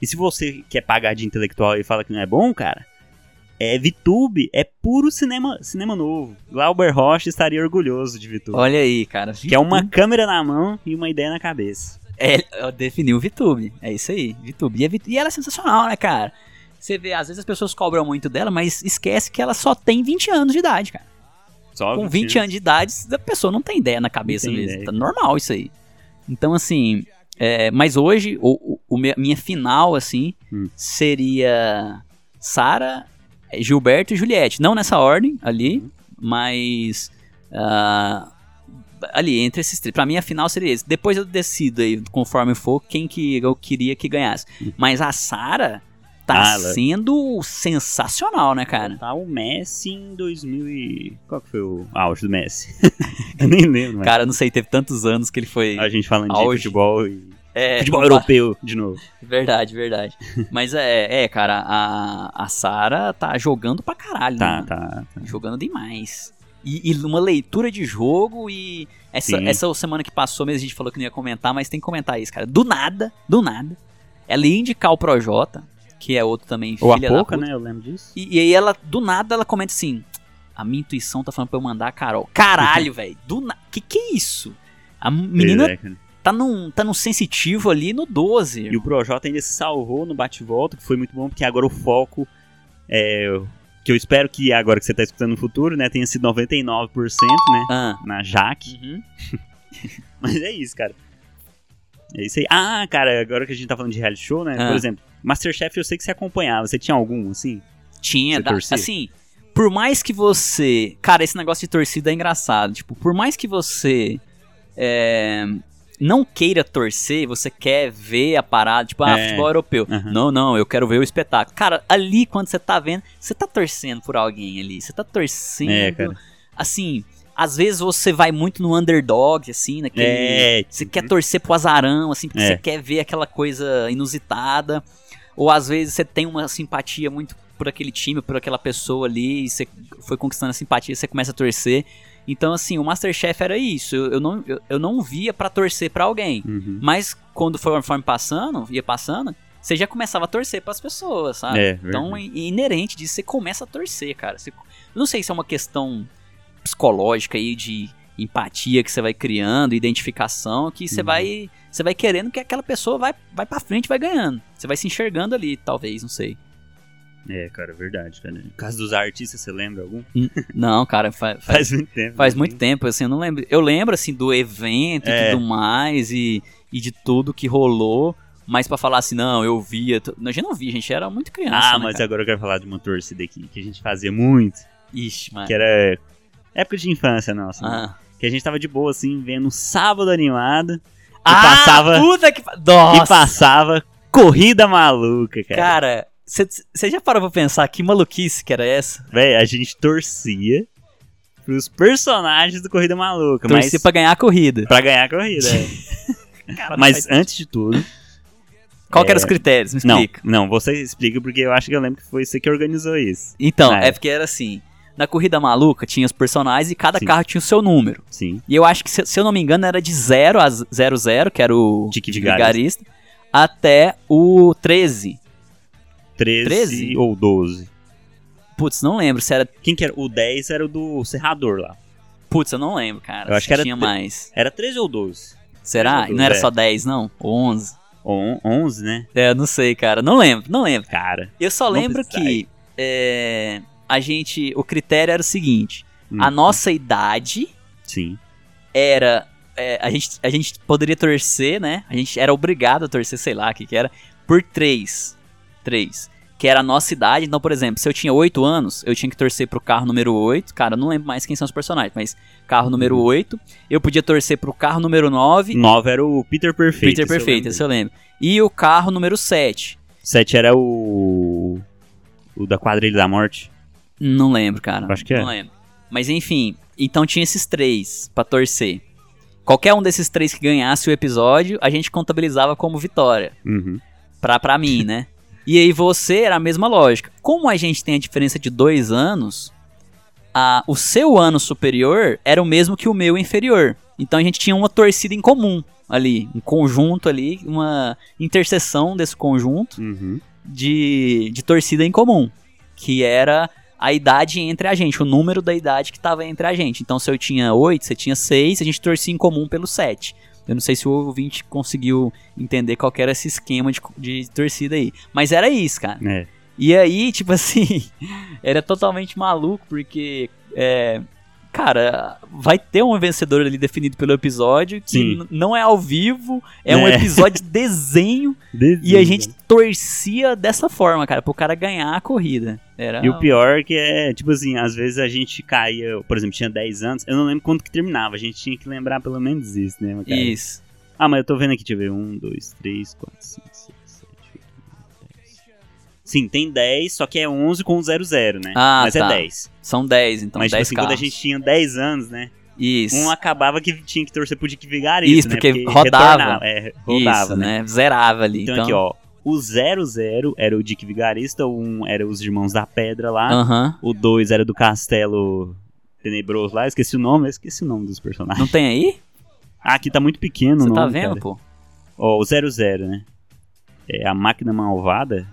[SPEAKER 2] E se você quer pagar de intelectual e fala que não é bom, cara, é VTube, é puro cinema, cinema novo. Glauber Rocha estaria orgulhoso de VTube.
[SPEAKER 1] Olha aí, cara.
[SPEAKER 2] Que é uma câmera na mão e uma ideia na cabeça.
[SPEAKER 1] É, definiu o VTube. É isso aí, VTube. E, é Vitu- e ela é sensacional, né, cara? Você vê, às vezes as pessoas cobram muito dela, mas esquece que ela só tem 20 anos de idade, cara.
[SPEAKER 2] Só
[SPEAKER 1] Com 20 anos de idade, a pessoa não tem ideia na cabeça
[SPEAKER 2] Não tem
[SPEAKER 1] mesmo.
[SPEAKER 2] ideia.
[SPEAKER 1] Tá normal isso aí. Então, assim. é, mas hoje, o, o- o me- minha final, assim,
[SPEAKER 2] Hum.
[SPEAKER 1] seria Sara, eh, Gilberto e Juliette. Não nessa ordem ali,
[SPEAKER 2] Uhum.
[SPEAKER 1] mas. ah, ali, entre esses três. Pra mim, a final seria esse. Depois eu decido aí, conforme for, quem que eu queria que ganhasse. Mas a Sara tá
[SPEAKER 2] Uhum. Ah, ela-
[SPEAKER 1] sendo sensacional, né, cara?
[SPEAKER 2] Tá o Messi em 2000 e... Qual que foi o auge do Messi? Eu nem lembro, mas...
[SPEAKER 1] Cara, eu não sei, teve tantos anos que ele foi.
[SPEAKER 2] É. a gente falando
[SPEAKER 1] auge.
[SPEAKER 2] de futebol e...
[SPEAKER 1] É,
[SPEAKER 2] futebol
[SPEAKER 1] não
[SPEAKER 2] europeu, de novo.
[SPEAKER 1] Verdade, verdade. Mas é, é cara, a, a Sara tá jogando pra caralho,
[SPEAKER 2] Tá,
[SPEAKER 1] né?
[SPEAKER 2] tá.
[SPEAKER 1] Jogando demais. E, e uma leitura de jogo e. Essa,
[SPEAKER 2] Sim.
[SPEAKER 1] essa semana que passou mesmo a gente falou que não ia comentar, mas tem que comentar isso, cara. Do nada, do nada. é Ela ia indicar o Projota, que é outro também
[SPEAKER 2] Ou a
[SPEAKER 1] filha da
[SPEAKER 2] pouca,
[SPEAKER 1] puta.
[SPEAKER 2] né? Eu lembro disso.
[SPEAKER 1] E, e aí ela, do nada, ela comenta assim: A minha intuição tá falando pra eu mandar a Carol. Caralho, velho. Do na... Que que é isso? A menina
[SPEAKER 2] É, cara.
[SPEAKER 1] tá num, tá num sensitivo ali no 12.
[SPEAKER 2] E o Projota ainda se salvou no bate-volta, que foi muito bom, porque agora o foco é... Que eu espero que agora que você tá escutando no futuro, né? Tenha sido 99%, né?
[SPEAKER 1] Ah.
[SPEAKER 2] Na Jaque.
[SPEAKER 1] Uhum.
[SPEAKER 2] Mas é isso, cara. É isso aí. Ah, cara, agora que a gente tá falando de reality show, né?
[SPEAKER 1] Ah.
[SPEAKER 2] Por exemplo, Masterchef eu sei que você acompanhava. Você tinha algum, assim?
[SPEAKER 1] Tinha,
[SPEAKER 2] Você
[SPEAKER 1] dá-
[SPEAKER 2] torcia?
[SPEAKER 1] assim, por mais que você. Cara, esse negócio de torcida é engraçado. Tipo, por mais que você é, não queira torcer, você quer ver a parada, tipo, ah,
[SPEAKER 2] É.
[SPEAKER 1] futebol europeu.
[SPEAKER 2] Aham.
[SPEAKER 1] Não, não, eu quero ver o espetáculo. Cara, ali quando você tá vendo, você tá torcendo por alguém ali. Você tá torcendo.
[SPEAKER 2] É, cara.
[SPEAKER 1] Assim, às vezes você vai muito no underdog, assim, naquele.
[SPEAKER 2] É,
[SPEAKER 1] Você quer torcer pro azarão, assim, porque
[SPEAKER 2] É.
[SPEAKER 1] você quer ver aquela coisa inusitada. Ou às vezes você tem uma simpatia muito por aquele time, por aquela pessoa ali, e você foi conquistando a simpatia, você começa a torcer. Então, assim, o Masterchef era isso. Eu, eu não, eu, eu não via pra torcer pra alguém.
[SPEAKER 2] Uhum.
[SPEAKER 1] Mas quando foi conforme passando, ia passando, você já começava a torcer pras pessoas, sabe?
[SPEAKER 2] é,
[SPEAKER 1] Então,
[SPEAKER 2] verdade.
[SPEAKER 1] é inerente disso, você começa a torcer, cara. Você- eu não sei se é uma questão psicológica aí de empatia que você vai criando, identificação, que você
[SPEAKER 2] Uhum.
[SPEAKER 1] vai você vai querendo que aquela pessoa vai, vai pra frente, vai ganhando. Você vai se enxergando ali, talvez, não sei.
[SPEAKER 2] É, cara, é verdade, cara. No caso dos artistas, você lembra algum?
[SPEAKER 1] Não, cara, fa- faz,
[SPEAKER 2] Faz muito tempo.
[SPEAKER 1] faz muito tempo, assim, eu não lembro. Eu lembro, assim, do evento e
[SPEAKER 2] Uhum. É.
[SPEAKER 1] tudo mais e, e de tudo que rolou, mas pra falar assim, não, eu via... tu- A gente não via, a gente era muito criança,
[SPEAKER 2] Ah,
[SPEAKER 1] né,
[SPEAKER 2] mas
[SPEAKER 1] cara?
[SPEAKER 2] agora eu quero falar de uma torcida aqui que a gente fazia muito,
[SPEAKER 1] Ixi, mano.
[SPEAKER 2] é que era época de infância nossa. né?
[SPEAKER 1] Ah,
[SPEAKER 2] Que a gente tava de boa, assim, vendo um sábado animado
[SPEAKER 1] Ah,
[SPEAKER 2] passava-
[SPEAKER 1] puta que... pa-
[SPEAKER 2] e
[SPEAKER 1] Nossa!
[SPEAKER 2] passava corrida maluca, cara.
[SPEAKER 1] Cara, você já parou pra pensar que maluquice que era essa?
[SPEAKER 2] Véi, a gente torcia pros personagens do Corrida Maluca,
[SPEAKER 1] Torcer
[SPEAKER 2] mas
[SPEAKER 1] pra ganhar a corrida.
[SPEAKER 2] pra ganhar a corrida. é.
[SPEAKER 1] Cara,
[SPEAKER 2] mas antes de tudo,
[SPEAKER 1] qual que eram
[SPEAKER 2] é,
[SPEAKER 1] os critérios? Me
[SPEAKER 2] não,
[SPEAKER 1] explica.
[SPEAKER 2] não, você explica porque eu acho que eu lembro que foi você que organizou isso.
[SPEAKER 1] Então,
[SPEAKER 2] Ah,
[SPEAKER 1] é.
[SPEAKER 2] é.
[SPEAKER 1] porque era assim. Na corrida maluca tinha os personagens e cada
[SPEAKER 2] Sim.
[SPEAKER 1] carro tinha o seu número.
[SPEAKER 2] Sim.
[SPEAKER 1] E eu acho que, se, se eu não me engano, era de 0 a 00, que era o
[SPEAKER 2] Dick
[SPEAKER 1] de vigarista,
[SPEAKER 2] Vigarista.
[SPEAKER 1] até o 13.
[SPEAKER 2] 13,
[SPEAKER 1] 13?
[SPEAKER 2] ou 12.
[SPEAKER 1] Putz, não lembro se era.
[SPEAKER 2] Quem que era? O 10 era o do Serrador lá.
[SPEAKER 1] Putz, eu não lembro, cara.
[SPEAKER 2] Eu acho
[SPEAKER 1] se
[SPEAKER 2] que era
[SPEAKER 1] tinha
[SPEAKER 2] tre-
[SPEAKER 1] mais.
[SPEAKER 2] Era 13 ou 12?
[SPEAKER 1] Será? E não
[SPEAKER 2] é.
[SPEAKER 1] era só 10, não? Ou 11?
[SPEAKER 2] Ou on- 11, né?
[SPEAKER 1] É, eu não sei, cara. Não lembro, não lembro.
[SPEAKER 2] Cara.
[SPEAKER 1] Eu só
[SPEAKER 2] Não
[SPEAKER 1] lembro
[SPEAKER 2] precisa
[SPEAKER 1] que é, a gente. O critério era o seguinte:
[SPEAKER 2] Hum.
[SPEAKER 1] a nossa idade
[SPEAKER 2] Sim.
[SPEAKER 1] era. é, a, gente, a gente poderia torcer, né? A gente era obrigado a torcer, sei lá o que, que era, por três. Três. Que era a nossa idade. Então, por exemplo, se eu tinha oito anos, eu tinha que torcer pro carro número oito. Cara, eu não lembro mais quem são os personagens, mas carro
[SPEAKER 2] Uhum.
[SPEAKER 1] número oito. Eu podia torcer pro carro número nove.
[SPEAKER 2] 9 era o Peter Perfeito.
[SPEAKER 1] Peter
[SPEAKER 2] esse eu
[SPEAKER 1] Perfeito,
[SPEAKER 2] lembro.
[SPEAKER 1] esse é eu lembro. E o carro número sete.
[SPEAKER 2] 7 era o. O da Quadrilha da Morte.
[SPEAKER 1] Não lembro, cara.
[SPEAKER 2] Acho que é.
[SPEAKER 1] Não lembro. Mas enfim, então tinha esses três pra torcer. Qualquer um desses três que ganhasse o episódio, a gente contabilizava como vitória.
[SPEAKER 2] Uhum.
[SPEAKER 1] Pra, pra mim, né? E aí você era a mesma lógica. Como a gente tem a diferença de dois anos, a, o seu ano superior era o mesmo que o meu inferior. Então a gente tinha uma torcida em comum ali, um conjunto ali, uma interseção desse conjunto
[SPEAKER 2] Uhum.
[SPEAKER 1] de, de torcida em comum, que era a idade entre a gente, o número da idade que estava entre a gente. Então, se eu tinha 8, você tinha 6, a gente torcia em comum pelo 7. Eu não sei se o ouvinte conseguiu entender qual que era esse esquema de, de torcida aí. Mas era isso, cara.
[SPEAKER 2] É.
[SPEAKER 1] E aí, tipo assim, era totalmente maluco, porque, é, cara, vai ter um vencedor ali definido pelo episódio, que
[SPEAKER 2] Sim.
[SPEAKER 1] n- não é ao vivo, é, um
[SPEAKER 2] É.
[SPEAKER 1] episódio de desenho, e
[SPEAKER 2] Uhum.
[SPEAKER 1] a gente torcia dessa forma, cara, pro cara ganhar a corrida. Era
[SPEAKER 2] E o pior que é, tipo assim, às vezes a gente caía, por exemplo, tinha 10 anos, eu não lembro quanto que terminava, a gente tinha que lembrar pelo menos isso, né, cara?
[SPEAKER 1] Isso.
[SPEAKER 2] Ah, mas eu tô vendo aqui, deixa eu ver. 1, 2, 3, 4, 5, 6, 7, 8, 9, 10. Sim, tem 10, só que é 11 com 00, né?
[SPEAKER 1] Ah,
[SPEAKER 2] mas
[SPEAKER 1] tá.
[SPEAKER 2] é 10.
[SPEAKER 1] São 10, então
[SPEAKER 2] mas, tipo
[SPEAKER 1] 10
[SPEAKER 2] assim,
[SPEAKER 1] carros.
[SPEAKER 2] quando a gente tinha 10 anos, né?
[SPEAKER 1] Isso.
[SPEAKER 2] Um acabava que tinha que torcer pro Dick Vigarista,
[SPEAKER 1] Isso,
[SPEAKER 2] né?
[SPEAKER 1] porque rodava.
[SPEAKER 2] retornava, É, rodava,
[SPEAKER 1] Isso,
[SPEAKER 2] né?
[SPEAKER 1] né? Zerava ali.
[SPEAKER 2] Então, aqui, ó. O 00 era o Dick Vigarista, o 1 era os Irmãos da Pedra lá,
[SPEAKER 1] Aham.
[SPEAKER 2] o 2 era do Castelo Tenebroso lá, esqueci o nome, eu esqueci o nome dos personagens.
[SPEAKER 1] Não tem aí?
[SPEAKER 2] Ah, aqui tá muito pequeno o
[SPEAKER 1] Você
[SPEAKER 2] nome,
[SPEAKER 1] tá vendo,
[SPEAKER 2] cara.
[SPEAKER 1] pô?
[SPEAKER 2] Ó, o 00, né? É a máquina malvada.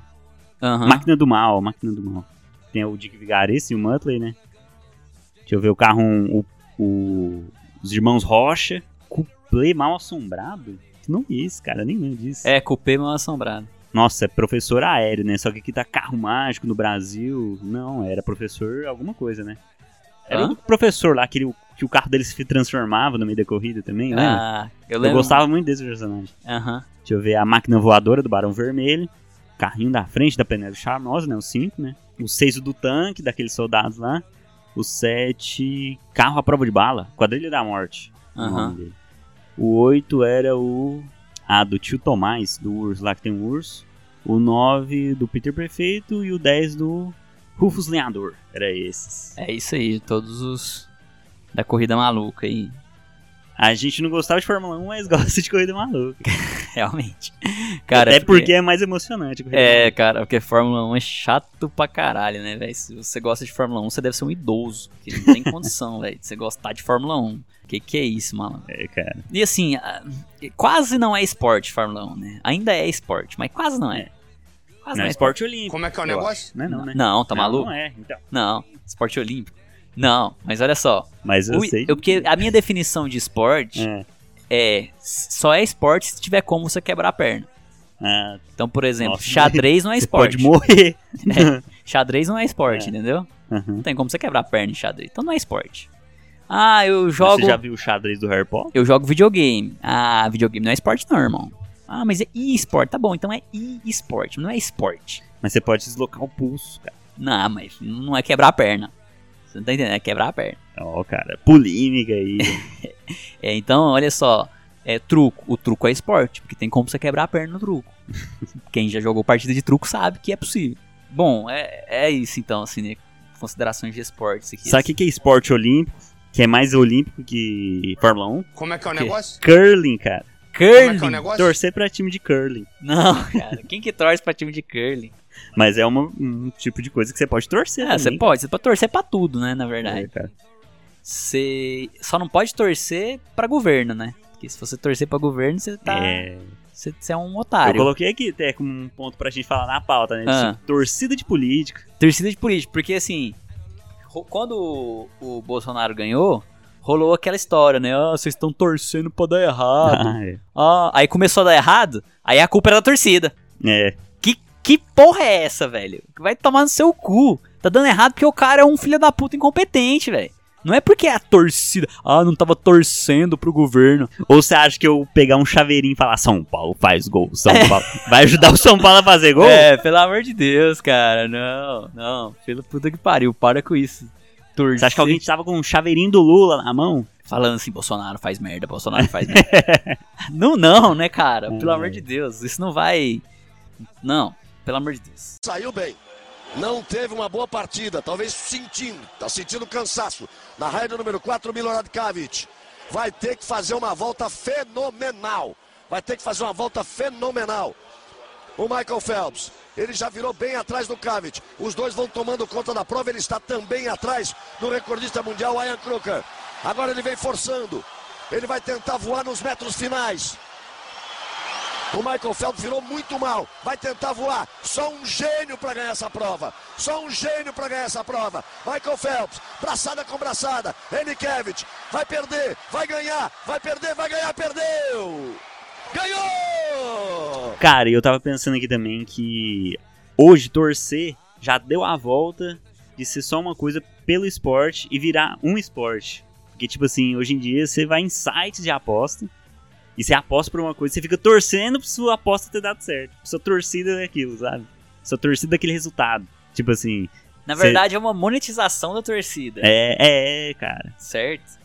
[SPEAKER 1] Aham.
[SPEAKER 2] Máquina do mal, máquina do mal. Tem o Dick Vigarista e o Muttley, né? Deixa eu ver o carro. um, o, o- os irmãos Rocha. Cuplé mal assombrado? Que nome é esse, cara? Eu nem lembro disso.
[SPEAKER 1] É, cupê mal assombrado.
[SPEAKER 2] Nossa, é professor aéreo, né? Só que aqui tá carro mágico no Brasil. Não, era professor alguma coisa, né? Era
[SPEAKER 1] Hã?
[SPEAKER 2] o professor lá, aquele que o carro dele se transformava no meio da corrida também, né?
[SPEAKER 1] Ah, eu
[SPEAKER 2] Eu
[SPEAKER 1] lembro.
[SPEAKER 2] gostava muito desse personagem.
[SPEAKER 1] Aham.
[SPEAKER 2] Deixa eu ver a máquina voadora do Barão Vermelho. o Carrinho da frente da Penélope Charmosa, né? O 5, né? O 6 do tanque, daqueles soldados lá. O 7, carro à prova de bala. Quadrilha da Morte. o
[SPEAKER 1] Aham.
[SPEAKER 2] nome dele. O 8 era o. Ah, do tio Tomás, do urso lá que tem um urso. O 9 do Peter Prefeito. E o 10 do Rufus Lenhador. Era esses.
[SPEAKER 1] É isso aí, todos os. Da corrida maluca aí,
[SPEAKER 2] A gente não gostava de Fórmula 1, mas gosta de corrida maluca.
[SPEAKER 1] realmente. Cara,
[SPEAKER 2] Até porque é mais emocionante. a corrida
[SPEAKER 1] É, cara, porque Fórmula 1 é chato pra caralho, né, velho? Se você gosta de Fórmula 1, você deve ser um idoso. Porque não tem condição, velho, de você gostar de Fórmula 1. Que que é isso, malandro?
[SPEAKER 2] maluca. É, cara.
[SPEAKER 1] E assim, a- quase não é esporte Fórmula 1, né? Ainda é esporte, mas quase não é. Quase
[SPEAKER 2] Não é esporte olímpico.
[SPEAKER 3] Como é que é o
[SPEAKER 2] Eu
[SPEAKER 3] negócio?
[SPEAKER 2] Não é não, né?
[SPEAKER 1] Não, tá
[SPEAKER 2] Não,
[SPEAKER 1] maluco?
[SPEAKER 2] Não é, então.
[SPEAKER 1] Não, esporte olímpico. Não, mas olha só.
[SPEAKER 2] Mas eu
[SPEAKER 1] o-
[SPEAKER 2] sei.
[SPEAKER 1] eu- porque a minha definição de esporte
[SPEAKER 2] É.
[SPEAKER 1] é só é esporte se tiver como você quebrar a perna.
[SPEAKER 2] Ah,
[SPEAKER 1] Então, por exemplo,
[SPEAKER 2] Nossa.
[SPEAKER 1] xadrez não é
[SPEAKER 2] você
[SPEAKER 1] esporte.
[SPEAKER 2] pode morrer.
[SPEAKER 1] Xadrez não é esporte,
[SPEAKER 2] É.
[SPEAKER 1] entendeu?
[SPEAKER 2] Aham.
[SPEAKER 1] Não tem como você quebrar a perna em xadrez. Então não é esporte. Ah, eu
[SPEAKER 2] Mas
[SPEAKER 1] jogo.
[SPEAKER 2] Você já viu o xadrez do Harry Potter?
[SPEAKER 1] Eu jogo videogame. Ah, videogame não é esporte, não, irmão. Ah, mas é e-esporte. Tá bom, então é e-esporte, não é esporte.
[SPEAKER 2] Mas você pode deslocar o pulso, cara.
[SPEAKER 1] Não, mas não é quebrar a perna. Você não tá entendendo? É quebrar a perna.
[SPEAKER 2] Ó, cara, polêmica aí.
[SPEAKER 1] É, então, olha só. É truco. O truco é esporte, porque tem como você quebrar a perna no truco. Quem já jogou partida de truco sabe que é possível. Bom, é, é isso então, assim, né? Considerações de esportes aqui.
[SPEAKER 2] Sabe o que que é esporte olímpico? Que é mais olímpico que Fórmula 1?
[SPEAKER 3] Como é que é o
[SPEAKER 1] Que-
[SPEAKER 3] negócio?
[SPEAKER 2] Curling, cara.
[SPEAKER 3] Como é que é o
[SPEAKER 1] Curling!
[SPEAKER 3] negócio?
[SPEAKER 2] Torcer pra time de curling.
[SPEAKER 1] Não, cara. Quem que torce pra time de curling?
[SPEAKER 2] Mas é uma- um tipo de coisa que você pode torcer.
[SPEAKER 1] Ah, você
[SPEAKER 2] também, É.
[SPEAKER 1] pode. Você pode torcer pra tudo, né? Na
[SPEAKER 2] cara.
[SPEAKER 1] verdade.
[SPEAKER 2] cara.
[SPEAKER 1] Você só não pode torcer pra governo, né? Porque se você torcer pra governo, você tá.
[SPEAKER 2] É,
[SPEAKER 1] Você, você é um
[SPEAKER 2] eu
[SPEAKER 1] otário.
[SPEAKER 2] coloquei aqui até como um ponto pra gente falar na pauta, né?
[SPEAKER 1] Ah.
[SPEAKER 2] Tipo, torcida de político.
[SPEAKER 1] Torcida de político, porque assim. ro- Quando o, o Bolsonaro ganhou, rolou aquela história, né? Ah, vocês estão torcendo pra dar errado.
[SPEAKER 2] Ah, é.
[SPEAKER 1] Ah, aí começou a dar errado, aí a culpa era da torcida.
[SPEAKER 2] É,
[SPEAKER 1] Que, que porra é essa, velho? Vai tomar no seu cu. Tá dando errado porque o cara é um filho da puta incompetente, velho. Não é porque a torcida. Ah, não tava torcendo pro governo.
[SPEAKER 2] Ou você acha que eu pegar um chaveirinho e falar São Paulo faz gol, São Paulo. Vai ajudar o São Paulo a fazer gol?
[SPEAKER 1] É, pelo amor de Deus, cara. Não, não. Pelo puta que pariu, para com isso. Torcer.
[SPEAKER 2] Você acha que alguém tava com um chaveirinho do Lula na mão?
[SPEAKER 1] Falando assim, Bolsonaro faz merda, Bolsonaro faz merda. não, não, né, cara?
[SPEAKER 2] Hum,
[SPEAKER 1] Pelo
[SPEAKER 2] é.
[SPEAKER 1] amor de Deus. Isso não vai. Não, pelo amor de Deus.
[SPEAKER 4] Saiu bem. Não teve uma boa partida, talvez sentindo, tá sentindo cansaço. Na raia do número 4, Milorad Kavic. Vai ter que fazer uma volta fenomenal. Vai ter que fazer uma volta fenomenal. o Michael Phelps. Ele já virou bem atrás do Cavett. Os dois vão tomando conta da prova. Ele está também atrás do recordista mundial, Ian Crocker. Agora ele vem forçando. Ele vai tentar voar nos metros finais. O Michael Phelps virou muito mal. Vai tentar voar. Só um gênio para ganhar essa prova. Só um gênio para ganhar essa prova. Michael Phelps, braçada com braçada. Henriquevich vai perder, vai ganhar, vai perder, vai ganhar, perdeu. Ganhou!
[SPEAKER 2] Cara, eu tava pensando aqui também que hoje torcer já deu a volta de ser só uma coisa pelo esporte e virar um esporte. Porque, tipo assim, hoje em dia você vai em sites de aposta e você aposta por uma coisa, você fica torcendo pra sua aposta ter dado certo. Pra sua torcida daquilo, sabe? Sua torcida daquele resultado. Tipo assim.
[SPEAKER 1] Na verdade, é uma monetização da torcida,
[SPEAKER 2] É, é, cara.
[SPEAKER 1] certo?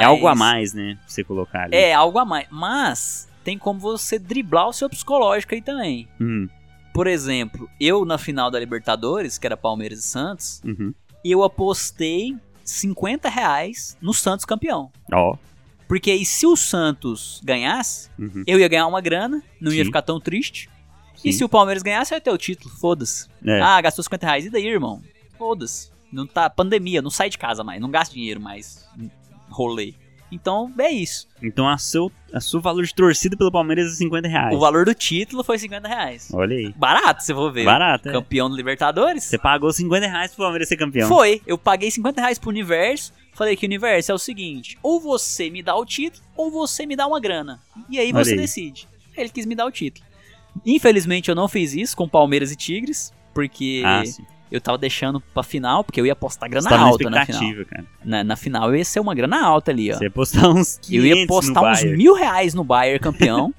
[SPEAKER 2] É algo a
[SPEAKER 1] Mas-
[SPEAKER 2] mais, né? Pra você colocar ali.
[SPEAKER 1] É, algo a mais. Mas tem como você driblar o seu psicológico aí também.
[SPEAKER 2] Hum,
[SPEAKER 1] Por exemplo, eu na final da Libertadores, que era Palmeiras e Santos,
[SPEAKER 2] uhum.
[SPEAKER 1] eu apostei 50 reais no Santos campeão.
[SPEAKER 2] Ó.
[SPEAKER 1] Porque aí se o Santos ganhasse,
[SPEAKER 2] Uhum.
[SPEAKER 1] eu ia ganhar uma grana, não ia
[SPEAKER 2] Sim.
[SPEAKER 1] ficar tão triste.
[SPEAKER 2] Sim.
[SPEAKER 1] E se o Palmeiras ganhasse, eu ia ter o título, foda-se.
[SPEAKER 2] É.
[SPEAKER 1] Ah, gastou 50 reais, e daí, irmão? Foda-se. Não tá, pandemia, não sai de casa mais, não gasta dinheiro mais, em rolê. Então, é isso.
[SPEAKER 2] Então a seu, a seu valor de torcida pelo Palmeiras é 50 reais.
[SPEAKER 1] O valor do título foi 50 reais.
[SPEAKER 2] Olha aí.
[SPEAKER 1] Barato, se eu for ver.
[SPEAKER 2] Barato, é.
[SPEAKER 1] Campeão do Libertadores?
[SPEAKER 2] Você pagou 50 reais pro Palmeiras ser campeão.
[SPEAKER 1] Foi. Eu paguei 50 reais pro universo. Falei que o universo é o seguinte: ou você me dá o título, ou você me dá uma grana. E aí
[SPEAKER 2] Olha
[SPEAKER 1] você
[SPEAKER 2] aí.
[SPEAKER 1] decide. Ele quis me dar o título. Infelizmente eu não fiz isso com Palmeiras e Tigres, porque
[SPEAKER 2] Ah, sim.
[SPEAKER 1] eu tava deixando pra final, porque eu ia apostar grana
[SPEAKER 2] Você tava na
[SPEAKER 1] Tá alta na final.
[SPEAKER 2] expectativa, cara.
[SPEAKER 1] Na, na final eu ia ser uma grana alta ali, ó.
[SPEAKER 2] Você ia postar uns 500
[SPEAKER 1] Eu ia
[SPEAKER 2] no
[SPEAKER 1] postar uns
[SPEAKER 2] Bayern.
[SPEAKER 1] mil reais no Bayern campeão.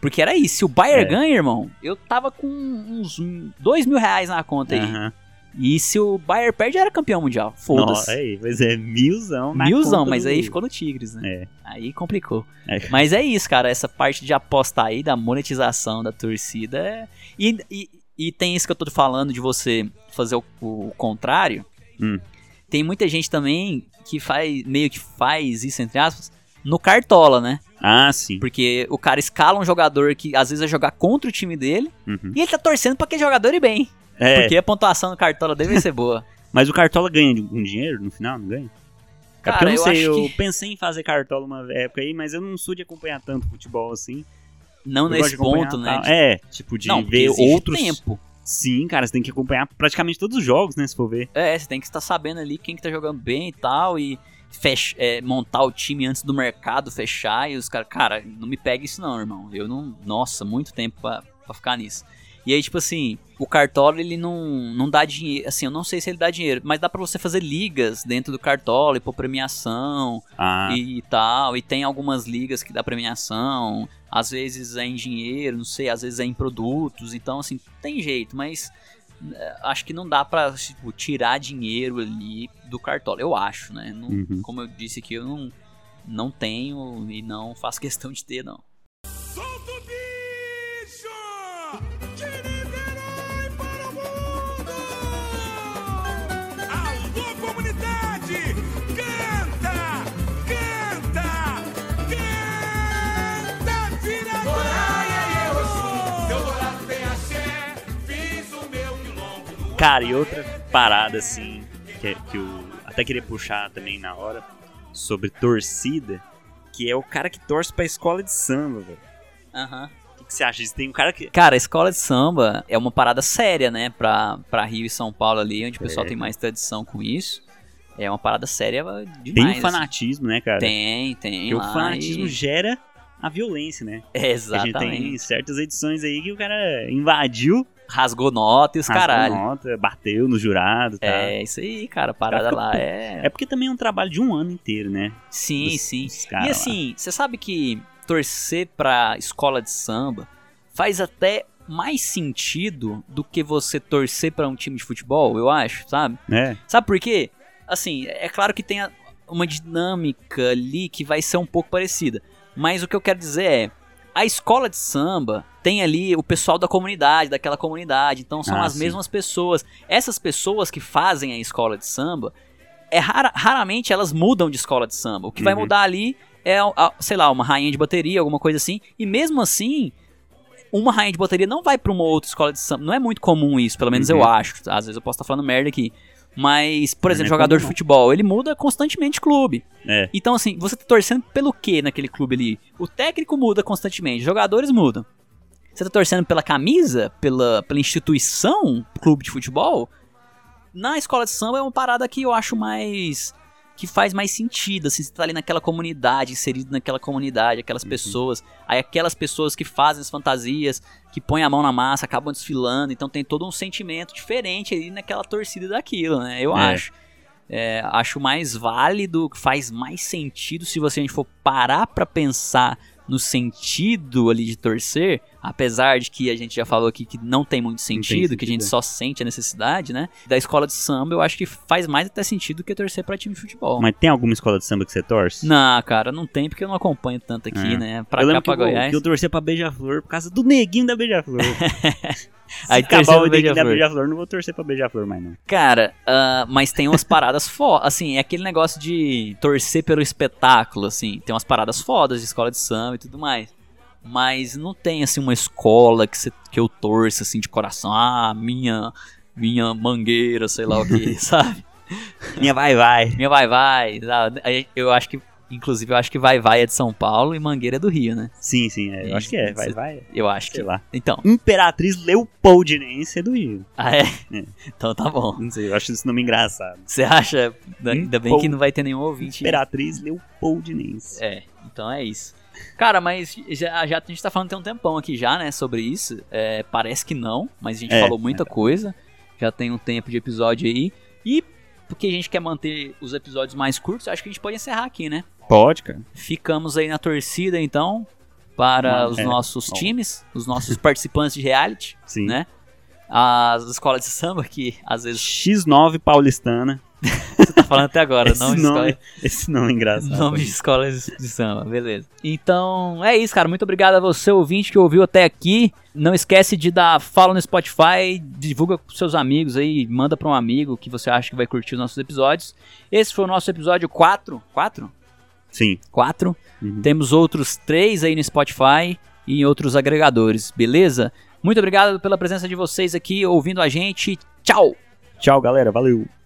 [SPEAKER 1] porque era isso. Se o Bayern
[SPEAKER 2] É.
[SPEAKER 1] ganha, irmão, eu tava com uns um, dois mil reais na conta aí.
[SPEAKER 2] Aham.
[SPEAKER 1] E se o Bayern perde, era campeão mundial.
[SPEAKER 2] Nossa,
[SPEAKER 1] Foda-se.
[SPEAKER 2] aí, mas é milzão na
[SPEAKER 1] Milzão,
[SPEAKER 2] conta
[SPEAKER 1] mas
[SPEAKER 2] do-
[SPEAKER 1] aí ficou no Tigres, né?
[SPEAKER 2] É.
[SPEAKER 1] Aí complicou.
[SPEAKER 2] É.
[SPEAKER 1] Mas é isso, cara. Essa parte de apostar aí, da monetização da torcida. é- E, e, e tem isso que eu tô falando de você fazer o, o contrário.
[SPEAKER 2] Hum.
[SPEAKER 1] Tem muita gente também que faz, meio que faz isso, entre aspas, no cartola, né?
[SPEAKER 2] Ah, sim.
[SPEAKER 1] Porque o cara escala um jogador que às vezes vai jogar contra o time dele
[SPEAKER 2] Uhum.
[SPEAKER 1] e ele tá torcendo pra aquele jogador ir bem.
[SPEAKER 2] É,
[SPEAKER 1] Porque a pontuação do cartola dele vai ser boa.
[SPEAKER 2] mas o Cartola ganha de- um dinheiro no final, não ganha?
[SPEAKER 1] Cara,
[SPEAKER 2] porque eu não
[SPEAKER 1] eu
[SPEAKER 2] sei,
[SPEAKER 1] acho
[SPEAKER 2] eu
[SPEAKER 1] que-
[SPEAKER 2] pensei em fazer Cartola uma época aí, mas eu não sou de acompanhar tanto futebol assim.
[SPEAKER 1] Não
[SPEAKER 2] Eu gosto
[SPEAKER 1] nesse
[SPEAKER 2] de acompanhar
[SPEAKER 1] ponto, né?
[SPEAKER 2] tal. É, tipo, de
[SPEAKER 1] não, porque
[SPEAKER 2] ver
[SPEAKER 1] exige
[SPEAKER 2] outros...
[SPEAKER 1] tempo.
[SPEAKER 2] Sim, cara, você tem que acompanhar praticamente todos os jogos, né, se for ver.
[SPEAKER 1] É, você tem que estar sabendo ali quem que tá jogando bem e tal, e fech- é, montar o time antes do mercado fechar, e os caras, cara, não me pega isso não, irmão. Eu não, nossa, muito tempo pra, pra ficar nisso. E aí, tipo assim, o Cartola, ele não, não dá dinheiro, assim, eu não sei se ele dá dinheiro, mas dá pra você fazer ligas dentro do Cartola, e pôr premiação
[SPEAKER 2] Ah,
[SPEAKER 1] e tal, e tem algumas ligas que dá premiação, às vezes é em dinheiro, não sei, às vezes é em produtos, então, assim, tem jeito, mas eh, acho que não dá pra tipo, tirar dinheiro ali do cartola, eu acho, né? Não-
[SPEAKER 2] Uhum.
[SPEAKER 1] Como eu disse aqui, eu não, não tenho e não faço questão de ter, não.
[SPEAKER 3] Solta o bicho! De Niterói para o mundo! Alô, comunidade! Canta! Canta! Canta, Vila Praia! Meu dourado tem axé, fiz o meu quilombo no
[SPEAKER 2] Cara, e outra parada, assim, que, que eu até queria puxar também na hora, sobre torcida, que é o cara que torce pra escola de samba, velho. O que, que você acha disso? Tem um cara que...
[SPEAKER 1] Cara, a escola de samba é uma parada séria, né? Pra, pra Rio e São Paulo ali, onde o pessoal
[SPEAKER 2] É.
[SPEAKER 1] tem mais tradição com isso. É uma parada séria demais.
[SPEAKER 2] Tem
[SPEAKER 1] assim.
[SPEAKER 2] um fanatismo, né, cara?
[SPEAKER 1] Tem, tem.
[SPEAKER 2] Porque o
[SPEAKER 1] lá
[SPEAKER 2] fanatismo
[SPEAKER 1] e-
[SPEAKER 2] gera a violência, né? Que A gente
[SPEAKER 1] Exatamente.
[SPEAKER 2] tem certas edições aí que o cara invadiu,
[SPEAKER 1] Rasgou nota e os
[SPEAKER 2] rasgou
[SPEAKER 1] caralho.
[SPEAKER 2] nota, bateu no jurado, tá? É...
[SPEAKER 1] É, isso aí, cara. A parada
[SPEAKER 2] fica
[SPEAKER 1] lá
[SPEAKER 2] puto.
[SPEAKER 1] é.
[SPEAKER 2] porque também é um trabalho de um ano inteiro, né?
[SPEAKER 1] Sim,
[SPEAKER 2] Dos-
[SPEAKER 1] sim.
[SPEAKER 2] dos caras
[SPEAKER 1] E
[SPEAKER 2] lá.
[SPEAKER 1] assim, você sabe que torcer pra escola de samba faz até mais sentido do que você torcer pra um time de futebol, eu acho, sabe?
[SPEAKER 2] É,
[SPEAKER 1] Sabe por quê? Assim, é claro que tem a- uma dinâmica ali que vai ser um pouco parecida. Mas o que eu quero dizer é, a escola de samba tem ali o pessoal da comunidade, daquela comunidade, então são
[SPEAKER 2] Ah,
[SPEAKER 1] as
[SPEAKER 2] sim.
[SPEAKER 1] mesmas pessoas. Essas pessoas que fazem a escola de samba, é rara- raramente elas mudam de escola de samba. O que vai
[SPEAKER 2] Uhum.
[SPEAKER 1] mudar ali é, a- sei lá, uma rainha de bateria, alguma coisa assim. E mesmo assim, uma rainha de bateria não vai pra uma outra escola de samba. Não é muito comum isso, pelo menos
[SPEAKER 2] Uhum.
[SPEAKER 1] eu acho. Às vezes eu posso estar falando merda aqui. Mas, por
[SPEAKER 2] Mas
[SPEAKER 1] exemplo,
[SPEAKER 2] não é
[SPEAKER 1] jogador
[SPEAKER 2] comum,
[SPEAKER 1] de futebol, ele muda constantemente de clube.
[SPEAKER 2] É.
[SPEAKER 1] Então, assim, você tá torcendo pelo que naquele clube ali? O técnico muda constantemente, jogadores mudam. Você tá torcendo pela camisa, pela, pela instituição, clube de futebol? Na escola de samba é uma parada que eu acho mais. que faz mais sentido, assim, você tá ali naquela comunidade, inserido naquela comunidade, aquelas
[SPEAKER 2] Uhum.
[SPEAKER 1] pessoas. Aí aquelas pessoas que fazem as fantasias, que põem a mão na massa, acabam desfilando, então tem todo um sentimento diferente ali naquela torcida daquilo, né? Eu
[SPEAKER 2] É.
[SPEAKER 1] acho. É, acho mais válido, que faz mais sentido se você a gente for parar pra pensar no sentido ali de torcer, apesar de que a gente já falou aqui que não tem muito
[SPEAKER 2] tem
[SPEAKER 1] sentido, que a
[SPEAKER 2] sentido,
[SPEAKER 1] gente
[SPEAKER 2] é.
[SPEAKER 1] só sente a necessidade, né? Da escola de samba, eu acho que faz mais até sentido do que torcer pra time de futebol.
[SPEAKER 2] Mas tem alguma escola de samba que você torce?
[SPEAKER 1] Não, cara, não tem porque eu não acompanho tanto aqui,
[SPEAKER 2] É.
[SPEAKER 1] né? Pra
[SPEAKER 2] eu
[SPEAKER 1] cá,
[SPEAKER 2] lembro
[SPEAKER 1] pra
[SPEAKER 2] que, eu-
[SPEAKER 1] Goiás.
[SPEAKER 2] que eu torcia pra Beija-Flor por causa do neguinho da Beija-Flor. Se
[SPEAKER 1] Aí torceu
[SPEAKER 2] acabar o
[SPEAKER 1] pro
[SPEAKER 2] neguinho da
[SPEAKER 1] Beija-Flor.
[SPEAKER 2] Beija-Flor, não vou torcer pra Beija-Flor mais não.
[SPEAKER 1] Cara, ah, mas tem umas paradas fodas. Assim, é aquele negócio de torcer pelo espetáculo, assim. Tem umas paradas fodas de escola de samba e tudo mais. Mas não tem, assim, uma escola que, cê- que eu torço, assim, de coração. Ah, minha, minha mangueira, sei lá o que, sabe?
[SPEAKER 2] Minha vai-vai.
[SPEAKER 1] Minha vai vai. sabe? Aí Eu acho que, inclusive, eu acho que vai vai é de São Paulo e mangueira é do Rio, né?
[SPEAKER 2] Sim, sim, é, eu acho que é.
[SPEAKER 1] Isso.
[SPEAKER 2] Vai-vai,
[SPEAKER 1] Eu acho
[SPEAKER 2] sei
[SPEAKER 1] que.
[SPEAKER 2] lá.
[SPEAKER 1] Então,
[SPEAKER 2] Imperatriz Leopoldinense é do Rio.
[SPEAKER 1] ah, é? Então tá bom.
[SPEAKER 2] Não sei, eu acho esse nome engraçado.
[SPEAKER 1] Você acha?
[SPEAKER 2] Hum?
[SPEAKER 1] Ainda bem que não vai ter nenhum ouvinte.
[SPEAKER 2] Imperatriz Leopoldinense.
[SPEAKER 1] É, então é isso. Cara, mas já, já a gente tá falando tem um tempão aqui já, né, sobre isso. É, parece que não, mas a gente
[SPEAKER 2] É,
[SPEAKER 1] falou muita coisa. Já tem um tempo de episódio aí. E porque a gente quer manter os episódios mais curtos, acho que a gente pode encerrar aqui, né?
[SPEAKER 2] Pode, cara.
[SPEAKER 1] Ficamos aí na torcida, então, para
[SPEAKER 2] Hum,
[SPEAKER 1] os
[SPEAKER 2] é.
[SPEAKER 1] nossos
[SPEAKER 2] Bom.
[SPEAKER 1] times, os nossos participantes de reality,
[SPEAKER 2] Sim.
[SPEAKER 1] Né? as escolas de samba, que às vezes
[SPEAKER 2] X9 Paulistana.
[SPEAKER 1] tá falando até agora,
[SPEAKER 2] Esse
[SPEAKER 1] não
[SPEAKER 2] nome, esse nome é engraçado.
[SPEAKER 1] Nome de escolas de samba, beleza. Então é isso, cara. Muito obrigado a você, ouvinte, que ouviu até aqui. Não esquece de dar follow no Spotify, divulga com seus amigos aí, manda pra um amigo que você acha que vai curtir os nossos episódios. Esse foi o nosso episódio 4. 4?
[SPEAKER 2] Sim.
[SPEAKER 1] 4.
[SPEAKER 2] Uhum.
[SPEAKER 1] Temos outros três aí no Spotify e em outros agregadores, beleza? Muito obrigado pela presença de vocês aqui ouvindo a gente. Tchau!
[SPEAKER 2] Tchau, galera. Valeu.